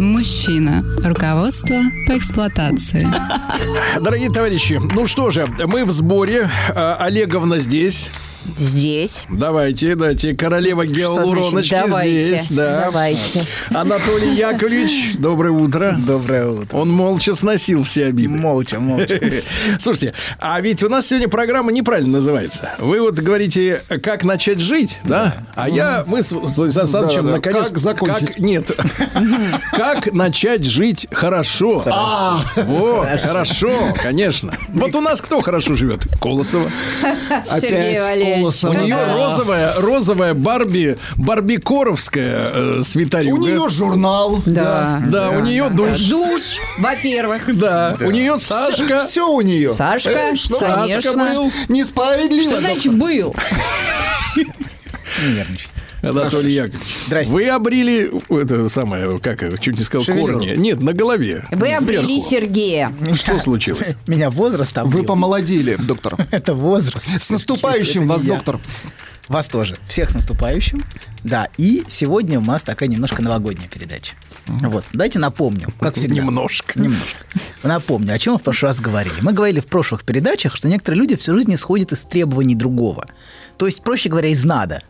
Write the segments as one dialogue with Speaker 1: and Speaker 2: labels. Speaker 1: Мужчина. Руководство по эксплуатации.
Speaker 2: Дорогие товарищи, ну что же, мы в сборе. Э, Олеговна здесь.
Speaker 3: Здесь.
Speaker 2: Давайте, дайте. Королева
Speaker 3: Что значит
Speaker 2: гиалуроночки
Speaker 3: давайте.
Speaker 2: здесь. Да.
Speaker 3: Давайте.
Speaker 2: Анатолий Яковлевич, доброе утро.
Speaker 4: Доброе утро.
Speaker 2: Он молча сносил все
Speaker 4: И
Speaker 2: обиды.
Speaker 4: молча, молча.
Speaker 2: Слушайте, а ведь у нас сегодня программа неправильно называется. Вы вот говорите, как начать жить, да? А я, мы с, с Владиславом Александровичем
Speaker 5: Да-да.
Speaker 2: наконец...
Speaker 5: Как закончить?
Speaker 2: как- нет. Как начать жить хорошо. А, Вот, хорошо, конечно. Вот у нас кто хорошо живет? Колосова.
Speaker 3: Сергей Валерьевич.
Speaker 2: У
Speaker 5: Колосова.
Speaker 2: нее розовая, розовая Барби, барбикоровская э,
Speaker 5: У
Speaker 2: свитерюга.
Speaker 5: нее журнал.
Speaker 3: Да.
Speaker 2: Да, у нее душ.
Speaker 3: Душ, во-первых.
Speaker 2: Да, у нее Сашка.
Speaker 5: Все у нее.
Speaker 3: Сашка,
Speaker 2: Сашка
Speaker 3: конечно.
Speaker 2: был.
Speaker 5: Несправедливо.
Speaker 3: Что значит был?
Speaker 2: Анатолий Яковлевич.
Speaker 4: Здрасте.
Speaker 2: Вы обрели, это самое, как, его, чуть не сказал,
Speaker 4: Шевелюру.
Speaker 2: корни. Нет, на голове.
Speaker 3: Вы
Speaker 2: Сверху.
Speaker 3: обрели Сергея.
Speaker 4: Ну,
Speaker 2: Что случилось?
Speaker 4: Меня возраст
Speaker 5: Вы
Speaker 4: обрел.
Speaker 5: помолодели, доктор.
Speaker 4: Это возраст.
Speaker 5: С наступающим
Speaker 4: Это не
Speaker 5: вас,
Speaker 4: я.
Speaker 5: доктор.
Speaker 4: Вас тоже. Всех с наступающим. Да, и сегодня у нас такая немножко новогодняя передача. Вот, давайте напомню, как всегда.
Speaker 2: Немножко.
Speaker 4: Немножко. Напомню, о чем мы в прошлый раз говорили. Мы говорили в прошлых передачах, что некоторые люди всю жизнь исходят из требований другого. То есть, проще говоря, из надо.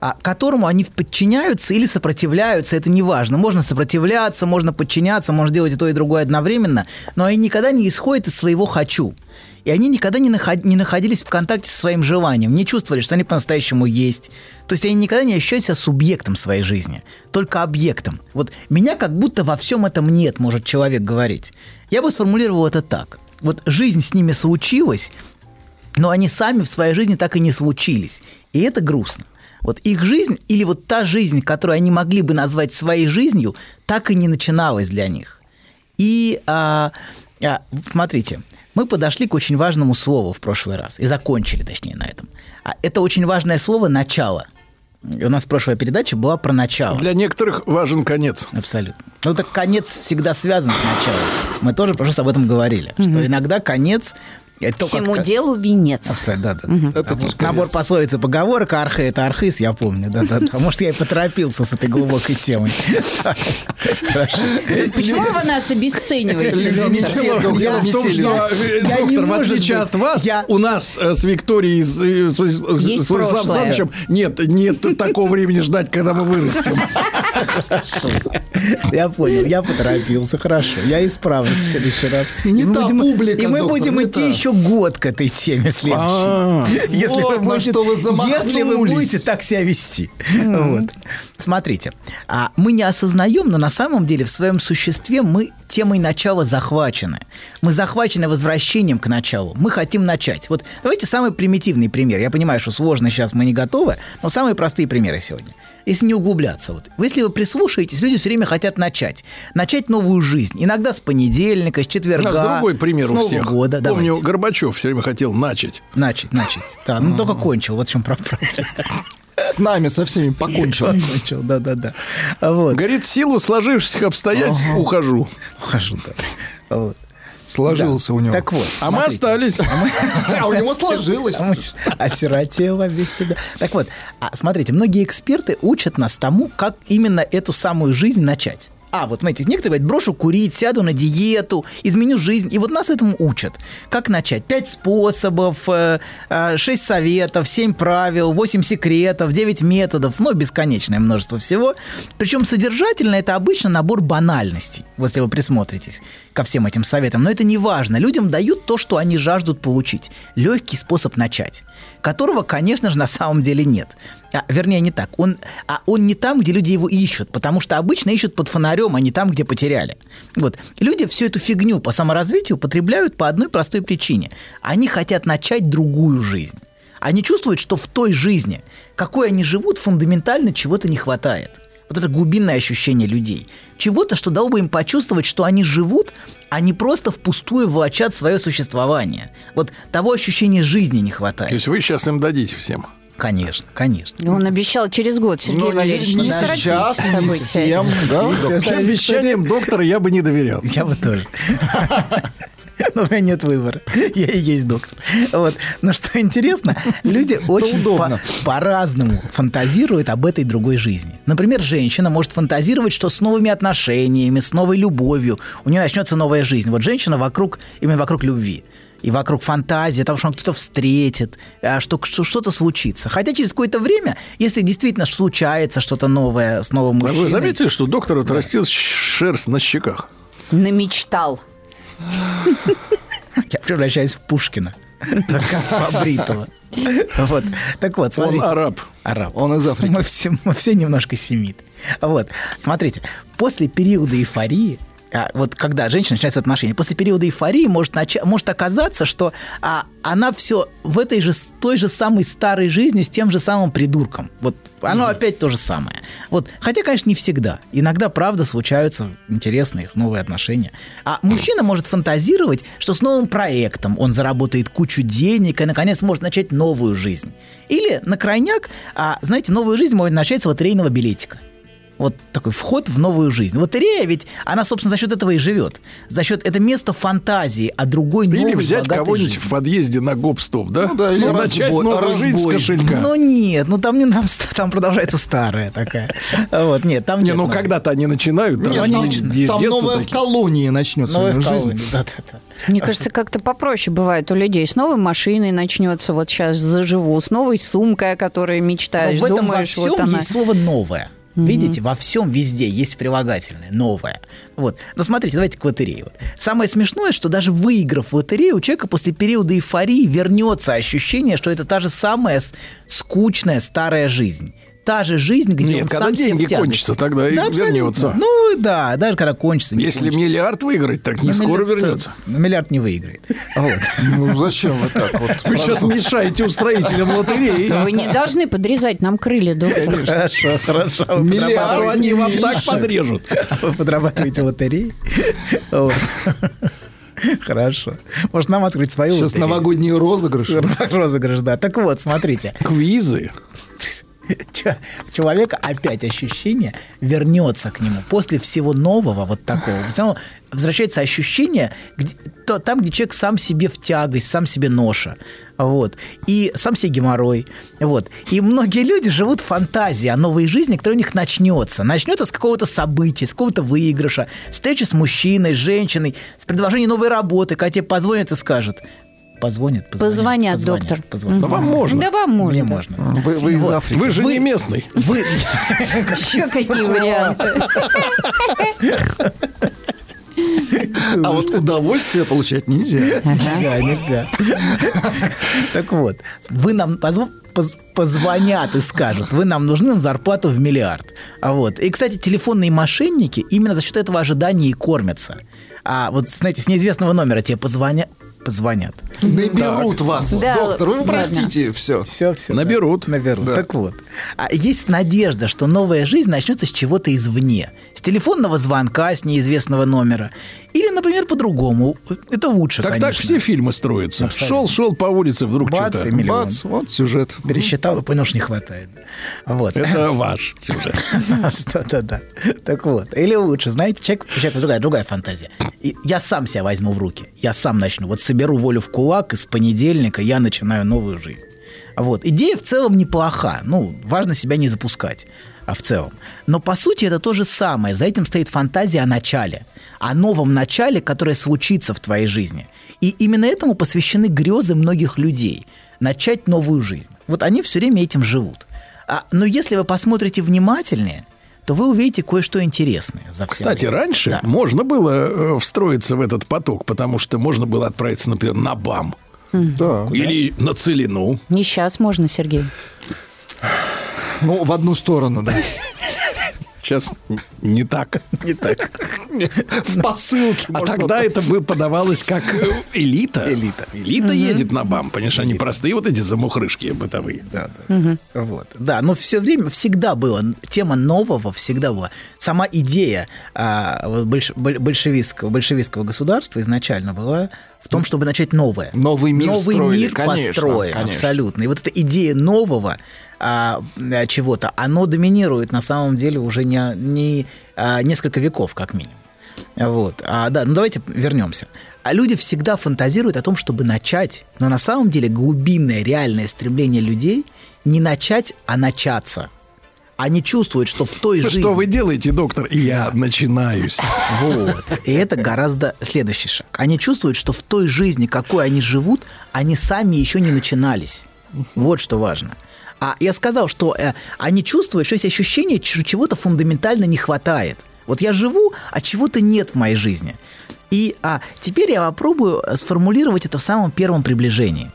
Speaker 4: а, которому они подчиняются или сопротивляются, это неважно. Можно сопротивляться, можно подчиняться, можно делать и то, и другое одновременно, но они никогда не исходят из своего «хочу». И они никогда не, наход- не находились в контакте со своим желанием, не чувствовали, что они по-настоящему есть. То есть они никогда не ощущают себя субъектом своей жизни, только объектом. Вот меня как будто во всем этом нет, может человек говорить. Я бы сформулировал это так. Вот жизнь с ними случилась, но они сами в своей жизни так и не случились. И это грустно. Вот их жизнь или вот та жизнь, которую они могли бы назвать своей жизнью, так и не начиналась для них. И а, а, смотрите, мы подошли к очень важному слову в прошлый раз и закончили, точнее, на этом. А это очень важное слово начало. И У нас прошлая передача была про начало.
Speaker 2: Для некоторых важен конец.
Speaker 4: Абсолютно. Ну так конец всегда связан с началом. Мы тоже, пожалуйста, об этом говорили, что иногда конец э, то, как-
Speaker 3: Всему
Speaker 4: как-
Speaker 3: делу венец.
Speaker 4: Абсолютно, да, да. Да, вот Набор пословиц и поговорок, архе это архиз, я помню, да, да, да. Может, я и поторопился с этой глубокой темой. Хорошо.
Speaker 3: Почему вы нас обесцениваете?
Speaker 2: Дело, дело в том, что, э,
Speaker 4: Я не
Speaker 2: доктор, в
Speaker 4: может
Speaker 2: отличие
Speaker 4: быть.
Speaker 2: от вас,
Speaker 4: Я-
Speaker 2: у нас э, с Викторией и с, э, с Владис- с
Speaker 3: Есть
Speaker 2: Владиславом
Speaker 3: прошлое.
Speaker 2: Александровичем нет, нет такого времени ждать, когда мы вырастем.
Speaker 4: Я понял, я поторопился, хорошо. Я исправлюсь в следующий раз.
Speaker 5: Не
Speaker 4: И мы
Speaker 5: та
Speaker 4: будем-
Speaker 5: публика,
Speaker 4: И мы
Speaker 5: доктор,
Speaker 4: будем
Speaker 5: не
Speaker 4: идти
Speaker 5: та.
Speaker 4: еще год к этой теме
Speaker 2: А,
Speaker 4: следующей. Если
Speaker 5: вот
Speaker 4: вы
Speaker 5: на
Speaker 4: будете-
Speaker 5: что вы замахнулись.
Speaker 4: Если вы будете так себя вести. Вот. Смотрите, а мы не осознаем, но на самом деле в своем существе мы темой начала захвачены. Мы захвачены возвращением к началу. Мы хотим начать. Вот давайте самый примитивный пример. Я понимаю, что сложно сейчас мы не готовы, но самые простые примеры сегодня. Если не углубляться. Вот. Если вы прислушаетесь, люди все время хотят начать. Начать новую жизнь. Иногда с понедельника, с
Speaker 2: У
Speaker 4: четверга.
Speaker 2: нас другой пример
Speaker 4: с
Speaker 2: у
Speaker 4: Нового
Speaker 2: всех.
Speaker 4: года.
Speaker 2: Помню,
Speaker 4: Давайте.
Speaker 2: Горбачев все время хотел начать.
Speaker 4: Начать, начать. Да, ну только кончил. Вот в чем проблема.
Speaker 5: С нами, со всеми покончил.
Speaker 4: Кончил, да-да-да. Вот.
Speaker 2: Горит силу сложившихся обстоятельств, ухожу.
Speaker 4: Ухожу, да. Вот.
Speaker 5: Сложился у него.
Speaker 4: Так вот.
Speaker 2: А мы
Speaker 4: смотрите.
Speaker 2: остались.
Speaker 5: А у него сложилось.
Speaker 4: А мы с- Осиротела без тебя. Так вот, а, смотрите, многие эксперты учат нас тому, как именно эту самую жизнь начать. А, вот смотрите, некоторые говорят, брошу курить, сяду на диету, изменю жизнь. И вот нас этому учат. Как начать? Пять способов, э, э, шесть советов, семь правил, восемь секретов, девять методов, ну, бесконечное множество всего. Причем содержательно это обычно набор банальностей, вот если вы присмотритесь ко всем этим советам. Но это не важно. Людям дают то, что они жаждут получить. Легкий способ начать, которого, конечно же, на самом деле нет. А, вернее, не так. Он, а он не там, где люди его ищут, потому что обычно ищут под фонарем, а не там, где потеряли. Вот. Люди всю эту фигню по саморазвитию потребляют по одной простой причине. Они хотят начать другую жизнь. Они чувствуют, что в той жизни, какой они живут, фундаментально чего-то не хватает. Вот это глубинное ощущение людей. Чего-то, что дало бы им почувствовать, что они живут, а не просто впустую волочат свое существование. Вот того ощущения жизни не
Speaker 2: То
Speaker 4: хватает.
Speaker 2: есть вы сейчас им дадите всем.
Speaker 4: Конечно, конечно.
Speaker 3: Он обещал через год, Сергей
Speaker 5: Ну,
Speaker 3: Валерьевич,
Speaker 5: не
Speaker 3: не соротить
Speaker 5: сейчас, не
Speaker 3: события.
Speaker 5: всем. Да?
Speaker 2: Вообще обещаниям доктора я бы не доверял.
Speaker 4: Я бы тоже. Но у меня нет выбора. Я и есть доктор. Вот. Но что интересно, люди очень
Speaker 5: удобно.
Speaker 4: по- по-разному фантазируют об этой другой жизни. Например, женщина может фантазировать, что с новыми отношениями, с новой любовью у нее начнется новая жизнь. Вот женщина вокруг, именно вокруг любви. И вокруг фантазии, того, что он кто-то встретит, а, что что- что-то случится. Хотя через какое-то время, если действительно случается что-то новое с новым
Speaker 2: А
Speaker 4: мужчиной...
Speaker 2: Вы заметили, что доктор отрастил щ- шерсть на щеках?
Speaker 3: Намечтал.
Speaker 4: Я превращаюсь в Пушкина. Только побритого. Вот. Так вот,
Speaker 2: Он
Speaker 4: смотрите.
Speaker 2: араб.
Speaker 4: Араб.
Speaker 5: Он из Африки.
Speaker 4: Мы все, мы все немножко семиты. Вот. Смотрите, после периода эйфории, а, вот когда женщина начинает с отношения, после периода эйфории может, нача- может оказаться, что а, она все в этой же, с той же самой старой жизнью с тем же самым придурком. Вот оно опять то же самое. Вот. Хотя, конечно, не всегда. Иногда, правда, случаются интересные их новые отношения. А мужчина может фантазировать, что с новым проектом он заработает кучу денег и, наконец, может начать новую жизнь. Или, на крайняк, а, знаете, новую жизнь может начать с лотерейного билетика. Вот такой вход в новую жизнь. Лотерея ведь, она, собственно, за счет этого и живет. За счет, это место фантазии о другой
Speaker 2: Или
Speaker 4: новой,
Speaker 2: взять
Speaker 4: богатой
Speaker 2: кого-нибудь
Speaker 4: жизни.
Speaker 2: в подъезде на гоп-стоп, да?
Speaker 5: Ну да, или
Speaker 2: И начать
Speaker 5: разбой-
Speaker 2: новую жизнь с
Speaker 5: разбой.
Speaker 2: кошелька.
Speaker 4: Ну нет, ну там не там, ст- там продолжается старая такая. Вот, нет, там
Speaker 2: не,
Speaker 4: нет
Speaker 2: ну
Speaker 4: новой.
Speaker 2: когда-то они начинают. да,
Speaker 5: Нет,
Speaker 2: они
Speaker 5: там,
Speaker 2: из
Speaker 5: там
Speaker 2: детства
Speaker 5: новая в
Speaker 2: такие.
Speaker 5: колонии начнется
Speaker 4: Новая в
Speaker 5: жизнь.
Speaker 4: колонии, да-да-да.
Speaker 3: Мне кажется, как-то попроще бывает у людей. С новой машиной начнется, вот сейчас заживу, с новой сумкой, о которой
Speaker 4: Но
Speaker 3: мечтаешь,
Speaker 4: в этом
Speaker 3: думаешь,
Speaker 4: во всем
Speaker 3: вот она.
Speaker 4: есть слово новое. Видите, во всем везде есть прилагательное, новое. Вот. Но смотрите, давайте к лотерее. Вот. Самое смешное, что даже выиграв в лотерею, у человека после периода эйфории вернется ощущение, что это та же самая с- скучная старая жизнь. Та же жизнь, где
Speaker 2: Нет,
Speaker 4: он
Speaker 2: когда
Speaker 4: сам себе
Speaker 2: деньги
Speaker 4: в тягости.
Speaker 2: кончатся, тогда и
Speaker 4: да, абсолютно.
Speaker 2: вернется.
Speaker 4: Ну да, даже когда кончится. не
Speaker 2: Если
Speaker 4: кончится.
Speaker 2: миллиард выиграть, так не
Speaker 4: Ну,
Speaker 2: скоро
Speaker 4: миллиард-
Speaker 2: вернется.
Speaker 4: ну, миллиард не выиграет. Вот.
Speaker 5: Ну, зачем вы так вот?
Speaker 2: Вы сейчас мешаете устроителям лотереи.
Speaker 3: Вы не должны подрезать нам крылья, доктор.
Speaker 4: Хорошо, хорошо.
Speaker 2: А
Speaker 4: вы
Speaker 2: то
Speaker 4: подрабатываете.
Speaker 2: они вам так подрежут.
Speaker 4: Вы подрабатываете в лотереи? Вот. Хорошо. Может, нам открыть свою
Speaker 5: Сейчас
Speaker 4: лотерею?
Speaker 5: новогодний розыгрыш.
Speaker 4: Розыгрыш, да. Так вот, смотрите.
Speaker 2: Квизы.
Speaker 4: Чё- Человека опять ощущение вернется к нему. После всего нового вот такого. всё равно возвращается ощущение где- то, там, где человек сам себе в тягость, сам себе ноша. Вот. И сам себе геморрой. Вот. И многие люди живут в фантазии о новой жизни, которая у них начнется. Начнется с какого-то события, с какого-то выигрыша, встречи с мужчиной, с женщиной, с предложением новой работы, когда тебе позвонят и скажут. Позвонят, позвонят.
Speaker 3: Позвонят,
Speaker 4: позвонят,
Speaker 3: доктор.
Speaker 4: позвонят.
Speaker 2: Да вам можно.
Speaker 3: Да вам можно.
Speaker 4: Мне можно.
Speaker 5: Вы, вы из Африки.
Speaker 2: Вы же не местный.
Speaker 4: Вы...
Speaker 3: Еще какие варианты.
Speaker 5: А вот удовольствие получать нельзя.
Speaker 4: Нельзя, нельзя. Так вот, вы нам позв- поз- позвонят и скажут, вы нам нужны на зарплату в миллиард. А вот. И, кстати, телефонные мошенники именно за счет этого ожидания и кормятся. А вот, знаете, с неизвестного номера тебе позвонят. Позвонят.
Speaker 5: Наберут вас,
Speaker 3: Да,
Speaker 5: доктор. Вы
Speaker 3: ладно.
Speaker 5: простите, все.
Speaker 4: Все, все.
Speaker 2: Наберут.
Speaker 4: Наберут.
Speaker 5: Да.
Speaker 4: Так вот. А есть надежда, что новая жизнь начнется с чего-то извне. С телефонного звонка, с неизвестного номера. Или, например, по-другому. Это лучше,
Speaker 2: Так так
Speaker 4: конечно.
Speaker 2: все фильмы строятся. Шел, шел по улице, вдруг
Speaker 4: Бац, и
Speaker 2: что-то.
Speaker 4: миллион.
Speaker 5: Бац, вот сюжет.
Speaker 4: пересчитал и понял, что не хватает. Вот.
Speaker 2: Это ваш сюжет.
Speaker 4: Что-то да. Так вот. Или лучше, знаете, человек, у человека другая, другая фантазия. И я сам себя возьму в руки. Я сам начну. Вот соберу волю в кулак, и с понедельника я начинаю новую жизнь. Вот. Идея в целом неплоха. Ну, важно себя не запускать. А в целом. Но по сути это то же самое. За этим стоит фантазия о начале. О новом начале, которое случится в твоей жизни. И именно этому посвящены грезы многих людей. Начать новую жизнь. Вот они все время этим живут. А, но если вы посмотрите внимательнее, то вы увидите кое-что интересное. За всем
Speaker 2: Кстати,
Speaker 4: этим.
Speaker 2: раньше
Speaker 4: Да.
Speaker 2: можно было э, встроиться в этот поток, потому что можно было отправиться, например, на БАМ.
Speaker 5: Да.
Speaker 2: Или на Целину.
Speaker 3: Не сейчас можно, Сергей.
Speaker 5: Ну, в одну сторону, да.
Speaker 2: Сейчас не так.
Speaker 4: не так.
Speaker 5: В посылке.
Speaker 2: А
Speaker 5: можно
Speaker 2: тогда это бы подавалось как э, элита.
Speaker 4: Элита.
Speaker 2: Элита едет на бам, понимаешь, они простые вот эти замухрышки бытовые.
Speaker 4: Да, да. Вот. Да, но все время всегда было, тема нового всегда была. Сама идея а, вот больш- боль- большевистского, большевистского государства изначально была в том, чтобы начать новое.
Speaker 5: Ну, Новый мир
Speaker 4: Новый
Speaker 5: строили,
Speaker 4: мир
Speaker 5: конечно,
Speaker 4: построен,
Speaker 5: конечно.
Speaker 4: абсолютно. И вот эта идея нового а, а, чего-то, оно доминирует на самом деле уже не, не, а, несколько веков, как минимум. Вот. А, да, ну давайте вернемся. А люди всегда фантазируют о том, чтобы начать. Но на самом деле глубинное реальное стремление людей не начать, а начаться. Они чувствуют, что в той жизни...
Speaker 2: Что вы делаете, доктор? Я начинаюсь.
Speaker 4: Вот. И это гораздо следующий шаг. Они чувствуют, что в той жизни, какой они живут, они сами еще не начинались. Вот что важно. А я сказал, что э, они чувствуют, что есть ощущение, что чего-то фундаментально не хватает. Вот я живу, а чего-то нет в моей жизни. И а, теперь я попробую э, сформулировать это в самом первом приближении.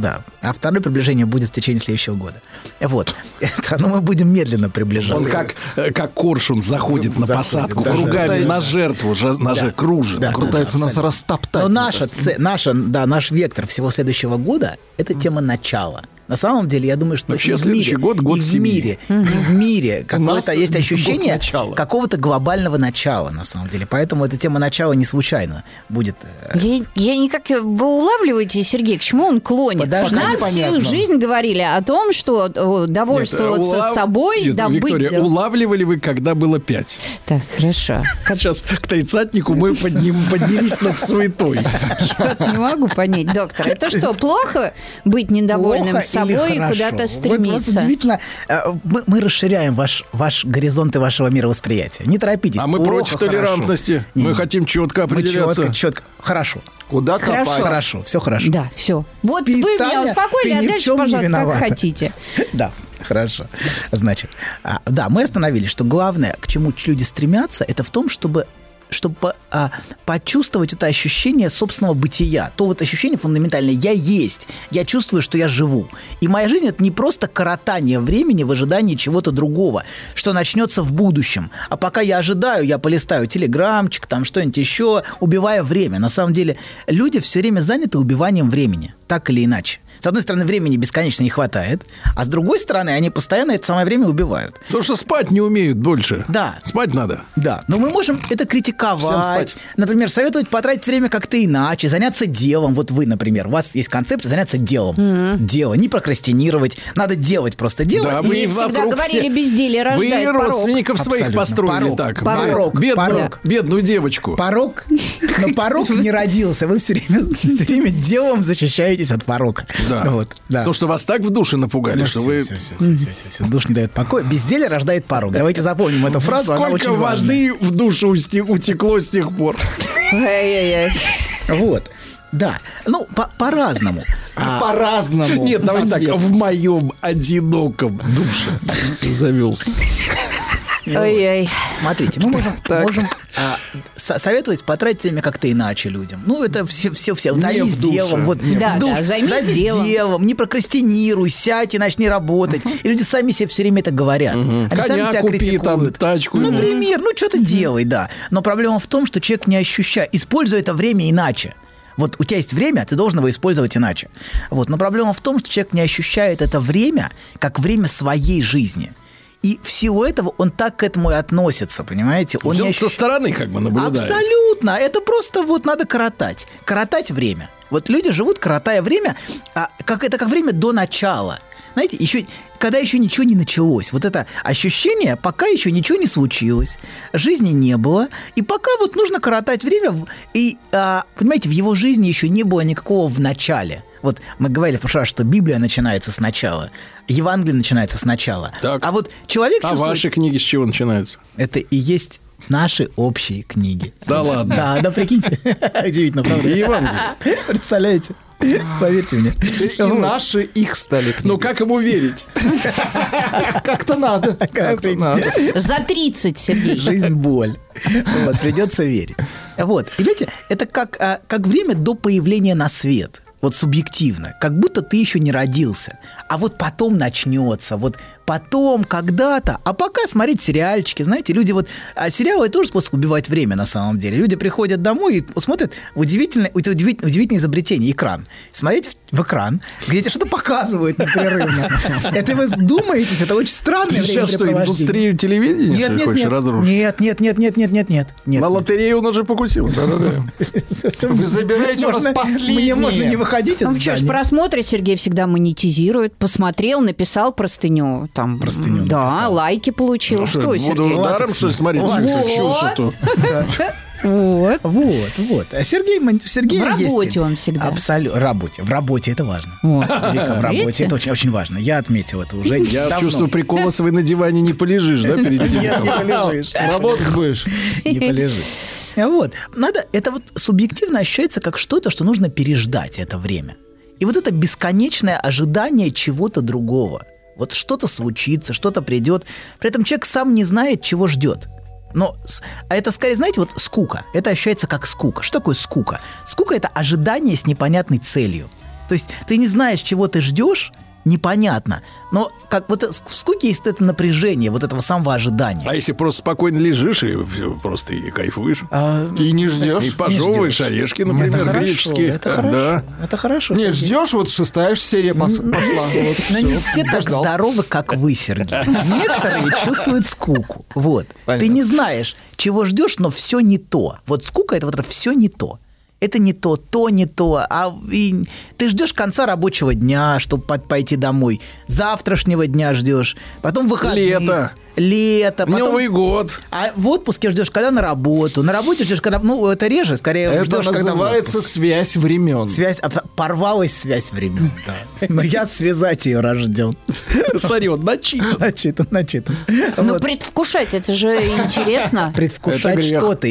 Speaker 4: Да. А второе приближение будет в течение следующего года. Вот. Это, ну, мы будем медленно приближаться.
Speaker 2: Он как, э, как коршун заходит на
Speaker 4: Заходит,
Speaker 2: посадку,
Speaker 4: да, да,
Speaker 2: ругами
Speaker 5: да.
Speaker 2: на жертву, же- на же кружит.
Speaker 4: Да,
Speaker 2: кружит.
Speaker 5: Пытается нас
Speaker 4: абсолютно.
Speaker 5: растоптать.
Speaker 4: Но
Speaker 5: мне
Speaker 4: наша,
Speaker 5: кажется.
Speaker 4: це- наша, да, наш вектор всего следующего года – это тема начала. На самом деле, я думаю, что
Speaker 2: Вообще,
Speaker 4: и в
Speaker 2: Ну, следующий
Speaker 4: мире,
Speaker 2: год- год
Speaker 4: и в
Speaker 2: семьи.
Speaker 4: мире, и в мире
Speaker 5: нас
Speaker 4: какое-то есть
Speaker 5: год
Speaker 4: ощущение
Speaker 5: начала.
Speaker 4: какого-то глобального начала, на самом деле. Поэтому эта тема начала не случайно будет. э,
Speaker 3: Я, я никак... Вы улавливаете, Сергей, к чему он клонит?
Speaker 4: Подожди,
Speaker 3: Нам
Speaker 4: непонятно.
Speaker 3: всю жизнь говорили о том, что э,
Speaker 2: Нет, э,
Speaker 3: довольствоваться
Speaker 2: улав-
Speaker 3: собой,
Speaker 2: Нет,
Speaker 3: да
Speaker 2: Виктория,
Speaker 3: быть...
Speaker 2: улавливали вы, когда было пять?
Speaker 3: Так, хорошо.
Speaker 2: Сейчас к тридцатнику мы подним- поднялись над суетой.
Speaker 3: Я не могу понять, доктор. Это что, плохо быть недовольным
Speaker 4: плохо или
Speaker 3: собой и
Speaker 4: хорошо?
Speaker 3: куда-то
Speaker 4: Вот-
Speaker 3: стремиться?
Speaker 4: Вот, удивительно, э, мы, мы расширяем ваш, ваш горизонты вашего мировосприятия. Не торопитесь.
Speaker 2: А мы
Speaker 4: плохо,
Speaker 2: против
Speaker 4: хорошо.
Speaker 2: толерантности.
Speaker 4: Не,
Speaker 2: Мы
Speaker 4: не.
Speaker 2: хотим четко
Speaker 4: Мы четко,
Speaker 2: определяться.
Speaker 4: четко. Хорошо.
Speaker 5: Куда
Speaker 3: Хорошо.
Speaker 5: копать?
Speaker 4: Хорошо, все хорошо.
Speaker 3: Да, все. Вот вы меня
Speaker 4: Питание,
Speaker 3: успокоили,
Speaker 4: ты
Speaker 3: а
Speaker 4: ни в
Speaker 3: дальше,
Speaker 4: чем не
Speaker 3: пожалуйста, как
Speaker 4: виновата.
Speaker 3: хотите.
Speaker 4: Да, хорошо. Значит, а, да, мы остановились, что главное, к чему ч- люди стремятся, это в том, чтобы чтобы а, почувствовать это ощущение собственного бытия. То вот ощущение фундаментальное «я есть», «я чувствую, что я живу». И моя жизнь – это не просто коротание времени в ожидании чего-то другого, что начнется в будущем. А пока я ожидаю, я полистаю телеграмчик, там что-нибудь еще, убивая время. На самом деле люди все время заняты убиванием времени, так или иначе. С одной стороны, времени бесконечно не хватает, а с другой стороны, они постоянно это самое время убивают.
Speaker 2: Потому что спать не умеют больше.
Speaker 4: Да.
Speaker 2: Спать надо.
Speaker 4: Да, но мы можем это
Speaker 5: Всем
Speaker 4: критиковать.
Speaker 5: спать.
Speaker 4: Например, советовать потратить время как-то иначе, заняться делом. Вот вы, например, у вас есть концепция заняться делом. Дело, не прокрастинировать, надо делать просто дело.
Speaker 2: Да,
Speaker 4: и-
Speaker 2: вы
Speaker 3: всегда
Speaker 2: вокруг
Speaker 3: говорили,
Speaker 2: все-
Speaker 3: безделие
Speaker 2: Вы и
Speaker 3: рождает порок.
Speaker 2: родственников своих
Speaker 4: Абсолютно.
Speaker 2: построили
Speaker 4: Порок.
Speaker 2: так.
Speaker 4: Порок,
Speaker 2: Бед-
Speaker 4: порок.
Speaker 2: бедную- Бедную девочку.
Speaker 4: Порог, но порог не родился. Вы все время, все время делом защищаетесь от порока.
Speaker 2: Да.
Speaker 4: Вот, да. Ну,
Speaker 2: То, что вас так в душе напугали, что вы...
Speaker 4: все, все, все, все, все, Душ не дает покоя. Безделие рождает порог. Давайте запомним эту фразу. она
Speaker 2: Сколько
Speaker 4: очень важна.
Speaker 2: воды в душу усте- утекло с тех пор.
Speaker 3: Эй-эй-эй.
Speaker 4: Вот. Да. Ну, по- по-разному. А, э,
Speaker 5: По-разному.
Speaker 2: Нет,
Speaker 4: ну,
Speaker 2: давайте так,
Speaker 5: Ответ.
Speaker 2: в моем одиноком душе.
Speaker 5: Всё, Завелся.
Speaker 3: Ой-ой.
Speaker 4: Смотрите, мы можем, можем, а, со- советовать потратить время как-то иначе людям. Ну, это все, все, все. Займись
Speaker 2: в душе.
Speaker 4: делом. Вот,
Speaker 3: Да,
Speaker 4: в
Speaker 3: да, займись делом.
Speaker 4: Не прокрастинируй, сядь и начни работать. И люди сами себе все время это говорят. Они сами
Speaker 2: Коня
Speaker 4: себя
Speaker 2: купи,
Speaker 4: критикуют.
Speaker 2: там, тачку ему.
Speaker 4: Например, ну, что-то делай, да. Но проблема в том, что человек не ощущает. Используй это время иначе. Вот у тебя есть время, ты должен его использовать иначе. Вот. Но проблема в том, что человек не ощущает это время как время своей жизни. И всего этого он так к этому и относится, понимаете? Он
Speaker 2: Он
Speaker 4: не
Speaker 2: со
Speaker 4: ощущает-
Speaker 2: стороны как бы наблюдает.
Speaker 4: Абсолютно. Это просто вот надо коротать. Коротать время. Вот люди живут, коротая время, а, как это как время до начала. Знаете, еще, когда еще ничего не началось. Вот это ощущение, пока еще ничего не случилось, жизни не было. И пока вот нужно коротать время. в- И, а, понимаете, в его жизни еще не было никакого в начале. Вот мы говорили в прошлый раз, что Библия начинается сначала, Евангелие начинается сначала.
Speaker 2: Так.
Speaker 4: А вот человек
Speaker 2: А
Speaker 4: чувствует...
Speaker 2: ваши книги с чего начинаются?
Speaker 4: Это и есть наши общие книги.
Speaker 2: Да ладно.
Speaker 4: Да, да, прикиньте. Удивительно, правда? Представляете? Поверьте мне.
Speaker 5: И наши их стали.
Speaker 2: Ну как ему верить?
Speaker 5: Как-то надо. Как-то
Speaker 4: Как-то
Speaker 5: надо.
Speaker 3: За 30, Сергей.
Speaker 4: Жизнь боль. Вот, придется верить. Вот. И видите, это как, а, как время до появления на свет. вот субъективно, как будто ты еще не родился. А вот потом начнется, вот потом, когда-то. А пока смотреть сериальчики, знаете, люди вот... А сериалы тоже способ убивать время на самом деле. Люди приходят домой и смотрят удивительное, это удивит- удивительное изобретение, экран. Смотреть в, в экран, где тебе что-то показывают непрерывно. Это вы думаетесь, это очень странное
Speaker 2: Ты сейчас что,
Speaker 4: времяпрепровождение.
Speaker 2: индустрию телевидения
Speaker 4: Нет,
Speaker 2: ты
Speaker 4: нет,
Speaker 2: хочешь
Speaker 4: нет.
Speaker 2: разрушить?
Speaker 4: Нет, нет, нет, нет, нет, нет, нет, нет.
Speaker 2: На лотерею он уже покусился.
Speaker 5: Вы забираете у нас
Speaker 4: Можно-
Speaker 5: последнее.
Speaker 4: Мне можно не выходить из
Speaker 3: Ну, что ж,
Speaker 4: здания.
Speaker 3: просмотры Сергей всегда монетизирует. Посмотрел, написал простыню. Там,
Speaker 4: Простыню
Speaker 3: Да,
Speaker 4: написал. Ну,
Speaker 3: лайки получил. что,
Speaker 2: Буду
Speaker 3: Сергей?
Speaker 2: даром, что ли, смотреть?
Speaker 3: Латекс.
Speaker 2: Чушь эту.
Speaker 3: Вот.
Speaker 4: Вот, вот. А Сергей, Мон- Сергей
Speaker 3: В работе
Speaker 4: есть-
Speaker 3: он всегда.
Speaker 4: Абсолютно. В работе. В работе это важно.
Speaker 3: Вот.
Speaker 4: Вика, в
Speaker 3: Видите?
Speaker 4: работе это очень, очень важно. Я отметил это уже.
Speaker 2: Я
Speaker 4: давно.
Speaker 2: чувствую, приколосовый на диване не полежишь, да, перед тем?
Speaker 4: Нет, не полежишь.
Speaker 5: Работать будешь.
Speaker 4: Не полежишь. Вот. Надо, это вот субъективно ощущается как что-то, что нужно переждать это время. И вот это бесконечное ожидание чего-то другого. Вот что-то случится, что-то придет. При этом человек сам не знает, чего ждет. Но с- а это скорее, знаете, вот скука. Это ощущается как скука. Что такое скука? Скука – это ожидание с непонятной целью. То есть ты не знаешь, чего ты ждешь, непонятно. Но как вот э, ск- в скуке есть это напряжение, вот этого самого ожидания.
Speaker 2: А если просто спокойно лежишь и всё, просто и кайфуешь?
Speaker 4: А,
Speaker 5: И не ждешь.
Speaker 2: И пожевываешь
Speaker 4: ждёшь.
Speaker 2: орешки,
Speaker 4: это
Speaker 2: например,
Speaker 4: хорошо,
Speaker 2: греческие.
Speaker 4: Это хорошо.
Speaker 2: Да.
Speaker 4: Это хорошо.
Speaker 5: э, Не,
Speaker 4: Сергей.
Speaker 5: ждешь, вот шестая ж серия пос-
Speaker 4: Ну,
Speaker 5: пошла.
Speaker 4: все-
Speaker 5: Вот,
Speaker 4: но не
Speaker 5: всё,
Speaker 4: все так
Speaker 5: дождался.
Speaker 4: здоровы, как вы, Сергей. Некоторые чувствуют скуку. Вот. Ты
Speaker 5: Понятно.
Speaker 4: не знаешь, чего ждешь, но все не то. Вот скука это вот все не то. Это не то, то не то. А и ты ждешь конца рабочего дня, чтобы пойти домой. Завтрашнего дня ждешь. Потом выходные.
Speaker 2: Лето.
Speaker 4: Лето. потом-
Speaker 2: Новый год.
Speaker 4: А в отпуске ждешь, когда на работу. На работе ждешь, когда... Ну, это реже, скорее
Speaker 5: Это
Speaker 4: ждешь, когда в
Speaker 5: называется связь времен.
Speaker 4: Связь, аб- порвалась связь времен, да. Но я связать ее рожден.
Speaker 2: Смотри, вот начитан.
Speaker 4: Начитан, начитан.
Speaker 3: Ну,
Speaker 4: Вот.
Speaker 3: предвкушать, это же интересно.
Speaker 2: Это
Speaker 4: Предвкушать
Speaker 2: грех.
Speaker 4: что-то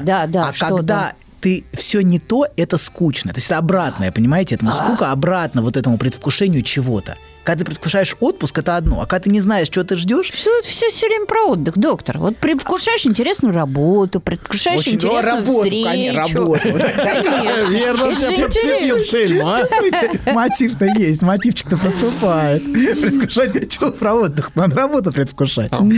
Speaker 3: Да, да, да,
Speaker 4: А
Speaker 3: что-то.
Speaker 4: когда ты все не то, это скучно. То есть это обратное, понимаете?
Speaker 3: А.
Speaker 4: Этому скука а обратно вот этому предвкушению чего-то. Когда ты предвкушаешь отпуск, это одно. А когда ты не знаешь, чего ты ждешь,
Speaker 3: Что это все все время про отдых, доктор? Вот предвкушаешь интересную работу, предвкушаешь
Speaker 4: Очень- О,
Speaker 3: интересную
Speaker 4: работу,
Speaker 3: встречу.
Speaker 4: конечно, работу.
Speaker 3: Конечно.
Speaker 5: Верно,
Speaker 3: Это
Speaker 5: тебя
Speaker 3: же
Speaker 5: подцепил
Speaker 3: интересно.
Speaker 5: шельм, а?
Speaker 4: Чувствуете? Мотив-то есть, мотивчик-то поступает. Предвкушать, чего про отдых? Надо работу предвкушать.
Speaker 3: Ну,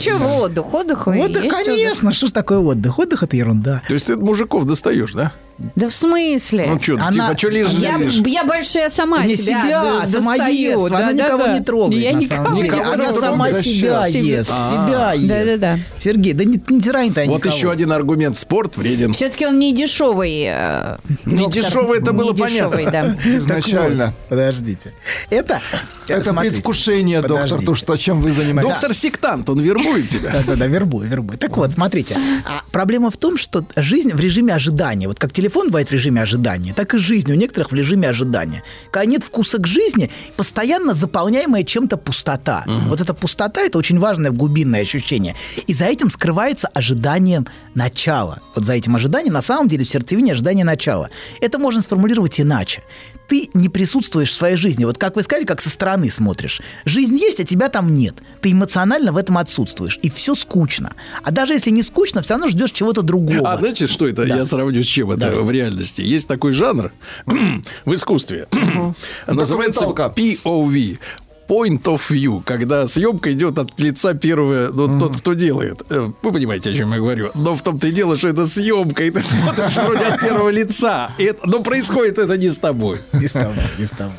Speaker 3: чего отдых? Отдых, и
Speaker 4: Отдых,
Speaker 3: есть
Speaker 4: конечно, что ж такое отдых? Отдых это ерунда.
Speaker 2: То есть ты мужиков достаешь, да?
Speaker 3: отдых. Да в смысле?
Speaker 2: Ну что,
Speaker 4: Она-
Speaker 2: типа, что лежишь?
Speaker 3: Я,
Speaker 2: лежишь?
Speaker 3: я больше я сама
Speaker 4: Не
Speaker 3: себя,
Speaker 4: себя,
Speaker 3: до-
Speaker 4: а
Speaker 3: достаю.
Speaker 4: самоедство.
Speaker 3: Да,
Speaker 4: Она
Speaker 3: да,
Speaker 4: никого
Speaker 3: да.
Speaker 4: не трогает,
Speaker 3: Я
Speaker 4: на
Speaker 3: никого
Speaker 4: самом
Speaker 3: не
Speaker 4: деле.
Speaker 3: трогаю.
Speaker 4: Она сама
Speaker 5: трогает.
Speaker 4: себя ест,
Speaker 5: А.
Speaker 4: себя ест.
Speaker 3: Да-да-да.
Speaker 4: Сергей, да не, не тирань-то я
Speaker 2: Вот
Speaker 4: никого.
Speaker 2: еще один аргумент. Спорт вреден.
Speaker 3: Все-таки он не дешевый. э,
Speaker 2: Не
Speaker 3: доктор.
Speaker 2: дешевый, это
Speaker 3: Не
Speaker 2: было
Speaker 3: дешевый, да.
Speaker 4: Так
Speaker 5: Изначально.
Speaker 4: вот, подождите. Это,
Speaker 5: Это
Speaker 4: смотрите.
Speaker 5: предвкушение, доктор,
Speaker 4: Подождите.
Speaker 5: то, что, чем вы занимаетесь.
Speaker 2: Доктор-сектант, он вербует тебя.
Speaker 4: Да-да-да, вербуй, вербуй. Так вот, смотрите. а проблема в том, что жизнь в режиме ожидания. Вот как телефон бывает в режиме ожидания, так и жизнь у некоторых в режиме ожидания. Когда нет вкуса к жизни, постоянно заполняемая чем-то пустота. Вот эта пустота – это очень важное глубинное ощущение. И за этим скрывается ожидание начала. Вот за этим ожиданием, на самом деле, в сердцевине ожидание начала. Это можно сформулировать иначе. Ты не присутствуешь в своей жизни. Вот как вы сказали, как со стороны смотришь. Жизнь есть, а тебя там нет. Ты эмоционально в этом отсутствуешь. И все скучно. А даже если не скучно, все равно ждешь чего-то другого.
Speaker 2: А знаете, что это?
Speaker 4: Да.
Speaker 2: Я сравню с чем это
Speaker 4: Давайте.
Speaker 2: в реальности. Есть такой жанр в искусстве. Называется
Speaker 5: Документалка.
Speaker 2: POV. Point of view, когда съемка идет от лица первого, ну, тот, кто делает. Э, Вы понимаете, о чем я говорю. Но в том-то и дело, что это съемка, и ты смотришь вроде от первого лица. И это- но происходит это не с тобой.
Speaker 4: Не с тобой, не с тобой.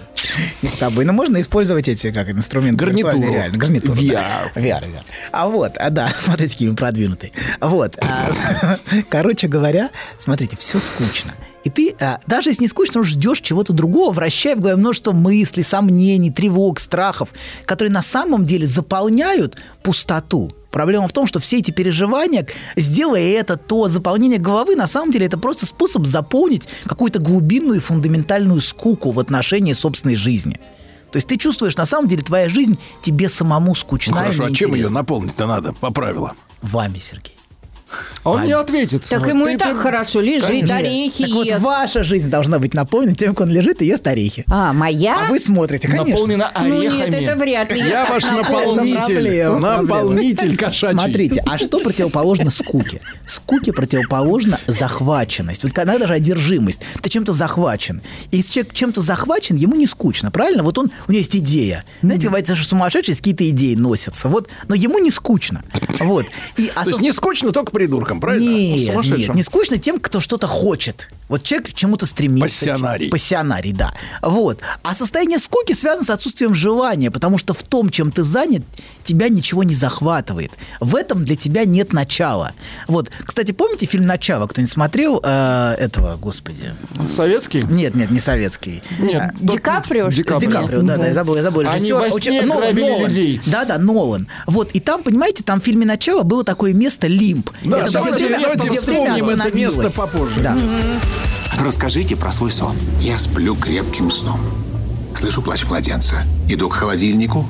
Speaker 4: Не с тобой. Но можно использовать эти как инструмент
Speaker 2: Гарнитуру.
Speaker 4: реально. Гарнитуру. да.
Speaker 5: VR.
Speaker 4: VR, VR. А вот, а да, смотрите, какие мы продвинутые. Вот. а, короче говоря, смотрите, все скучно. И ты, а, даже если не скучно, ждешь чего-то другого, вращая в голове множество мыслей, сомнений, тревог, страхов, которые на самом деле заполняют пустоту. Проблема в том, что все эти переживания, сделай это, то, заполнение головы, на самом деле это просто способ заполнить какую-то глубинную и фундаментальную скуку в отношении собственной жизни. То есть ты чувствуешь, на самом деле, твоя жизнь тебе самому скучна.
Speaker 2: Ну, хорошо,
Speaker 4: и
Speaker 2: а чем ее
Speaker 4: неинтересна.
Speaker 2: наполнить-то надо по правилам?
Speaker 4: Вами, Сергей.
Speaker 5: Он не ответит.
Speaker 3: Так
Speaker 5: Вот
Speaker 3: ему
Speaker 5: ты-
Speaker 3: и так
Speaker 5: ты-
Speaker 3: хорошо лежит,
Speaker 4: Нет.
Speaker 3: орехи
Speaker 4: Так вот,
Speaker 3: ест.
Speaker 4: ваша жизнь должна быть наполнена тем, как он лежит и ест орехи.
Speaker 3: А, моя?
Speaker 4: А вы смотрите, конечно.
Speaker 5: Наполнена
Speaker 3: Ну нет,
Speaker 5: орехами.
Speaker 3: это вряд ли.
Speaker 2: Я
Speaker 3: так
Speaker 2: ваш
Speaker 3: наполнена.
Speaker 2: наполнитель.
Speaker 4: проблема, проблема.
Speaker 2: Наполнитель кошачий.
Speaker 4: Смотрите, а что противоположно скуке? Скуке противоположна захваченность. Вот когда даже одержимость. Ты чем-то захвачен. И если человек чем-то захвачен, ему не скучно, правильно? Вот он, у него есть идея. Знаете, бывает, даже сумасшедшие какие-то идеи носятся. Вот, но ему не скучно. Вот. И
Speaker 2: То есть не скучно только придуркам, правильно? Ну,
Speaker 4: Нет,
Speaker 2: Сумасшедшим.
Speaker 4: нет, не скучно тем, кто что-то хочет. Вот человек к чему-то стремится.
Speaker 2: Пассионарий.
Speaker 4: Пассионарий, да. Вот. А состояние скуки связано с отсутствием желания, потому что в том, чем ты занят, тебя ничего не захватывает. В этом для тебя нет начала. Вот. Кстати, помните фильм «Начало»? Кто-нибудь смотрел э, этого, господи?
Speaker 5: Советский?
Speaker 4: Нет, нет, не советский.
Speaker 5: Нет,
Speaker 3: Ди Каприо,
Speaker 5: Ди
Speaker 3: что ли?
Speaker 4: С Ди Каприо, да, да, я забыл, я забыл.
Speaker 5: Они
Speaker 4: режиссера.
Speaker 5: во сне
Speaker 4: Нолан,
Speaker 5: грабили
Speaker 4: Нолан.
Speaker 5: людей.
Speaker 4: Да, да, Нолан. Вот, и там, понимаете, там в фильме «Начало» было такое место лимб.
Speaker 2: Да,
Speaker 4: Это
Speaker 2: давайте-
Speaker 4: где время-
Speaker 2: давайте
Speaker 4: где
Speaker 2: вспомним
Speaker 4: время
Speaker 2: это место
Speaker 4: остановилось.
Speaker 2: попозже.
Speaker 4: Да.
Speaker 6: Расскажите про свой сон.
Speaker 7: Я сплю крепким сном. Слышу плач младенца. Иду к холодильнику,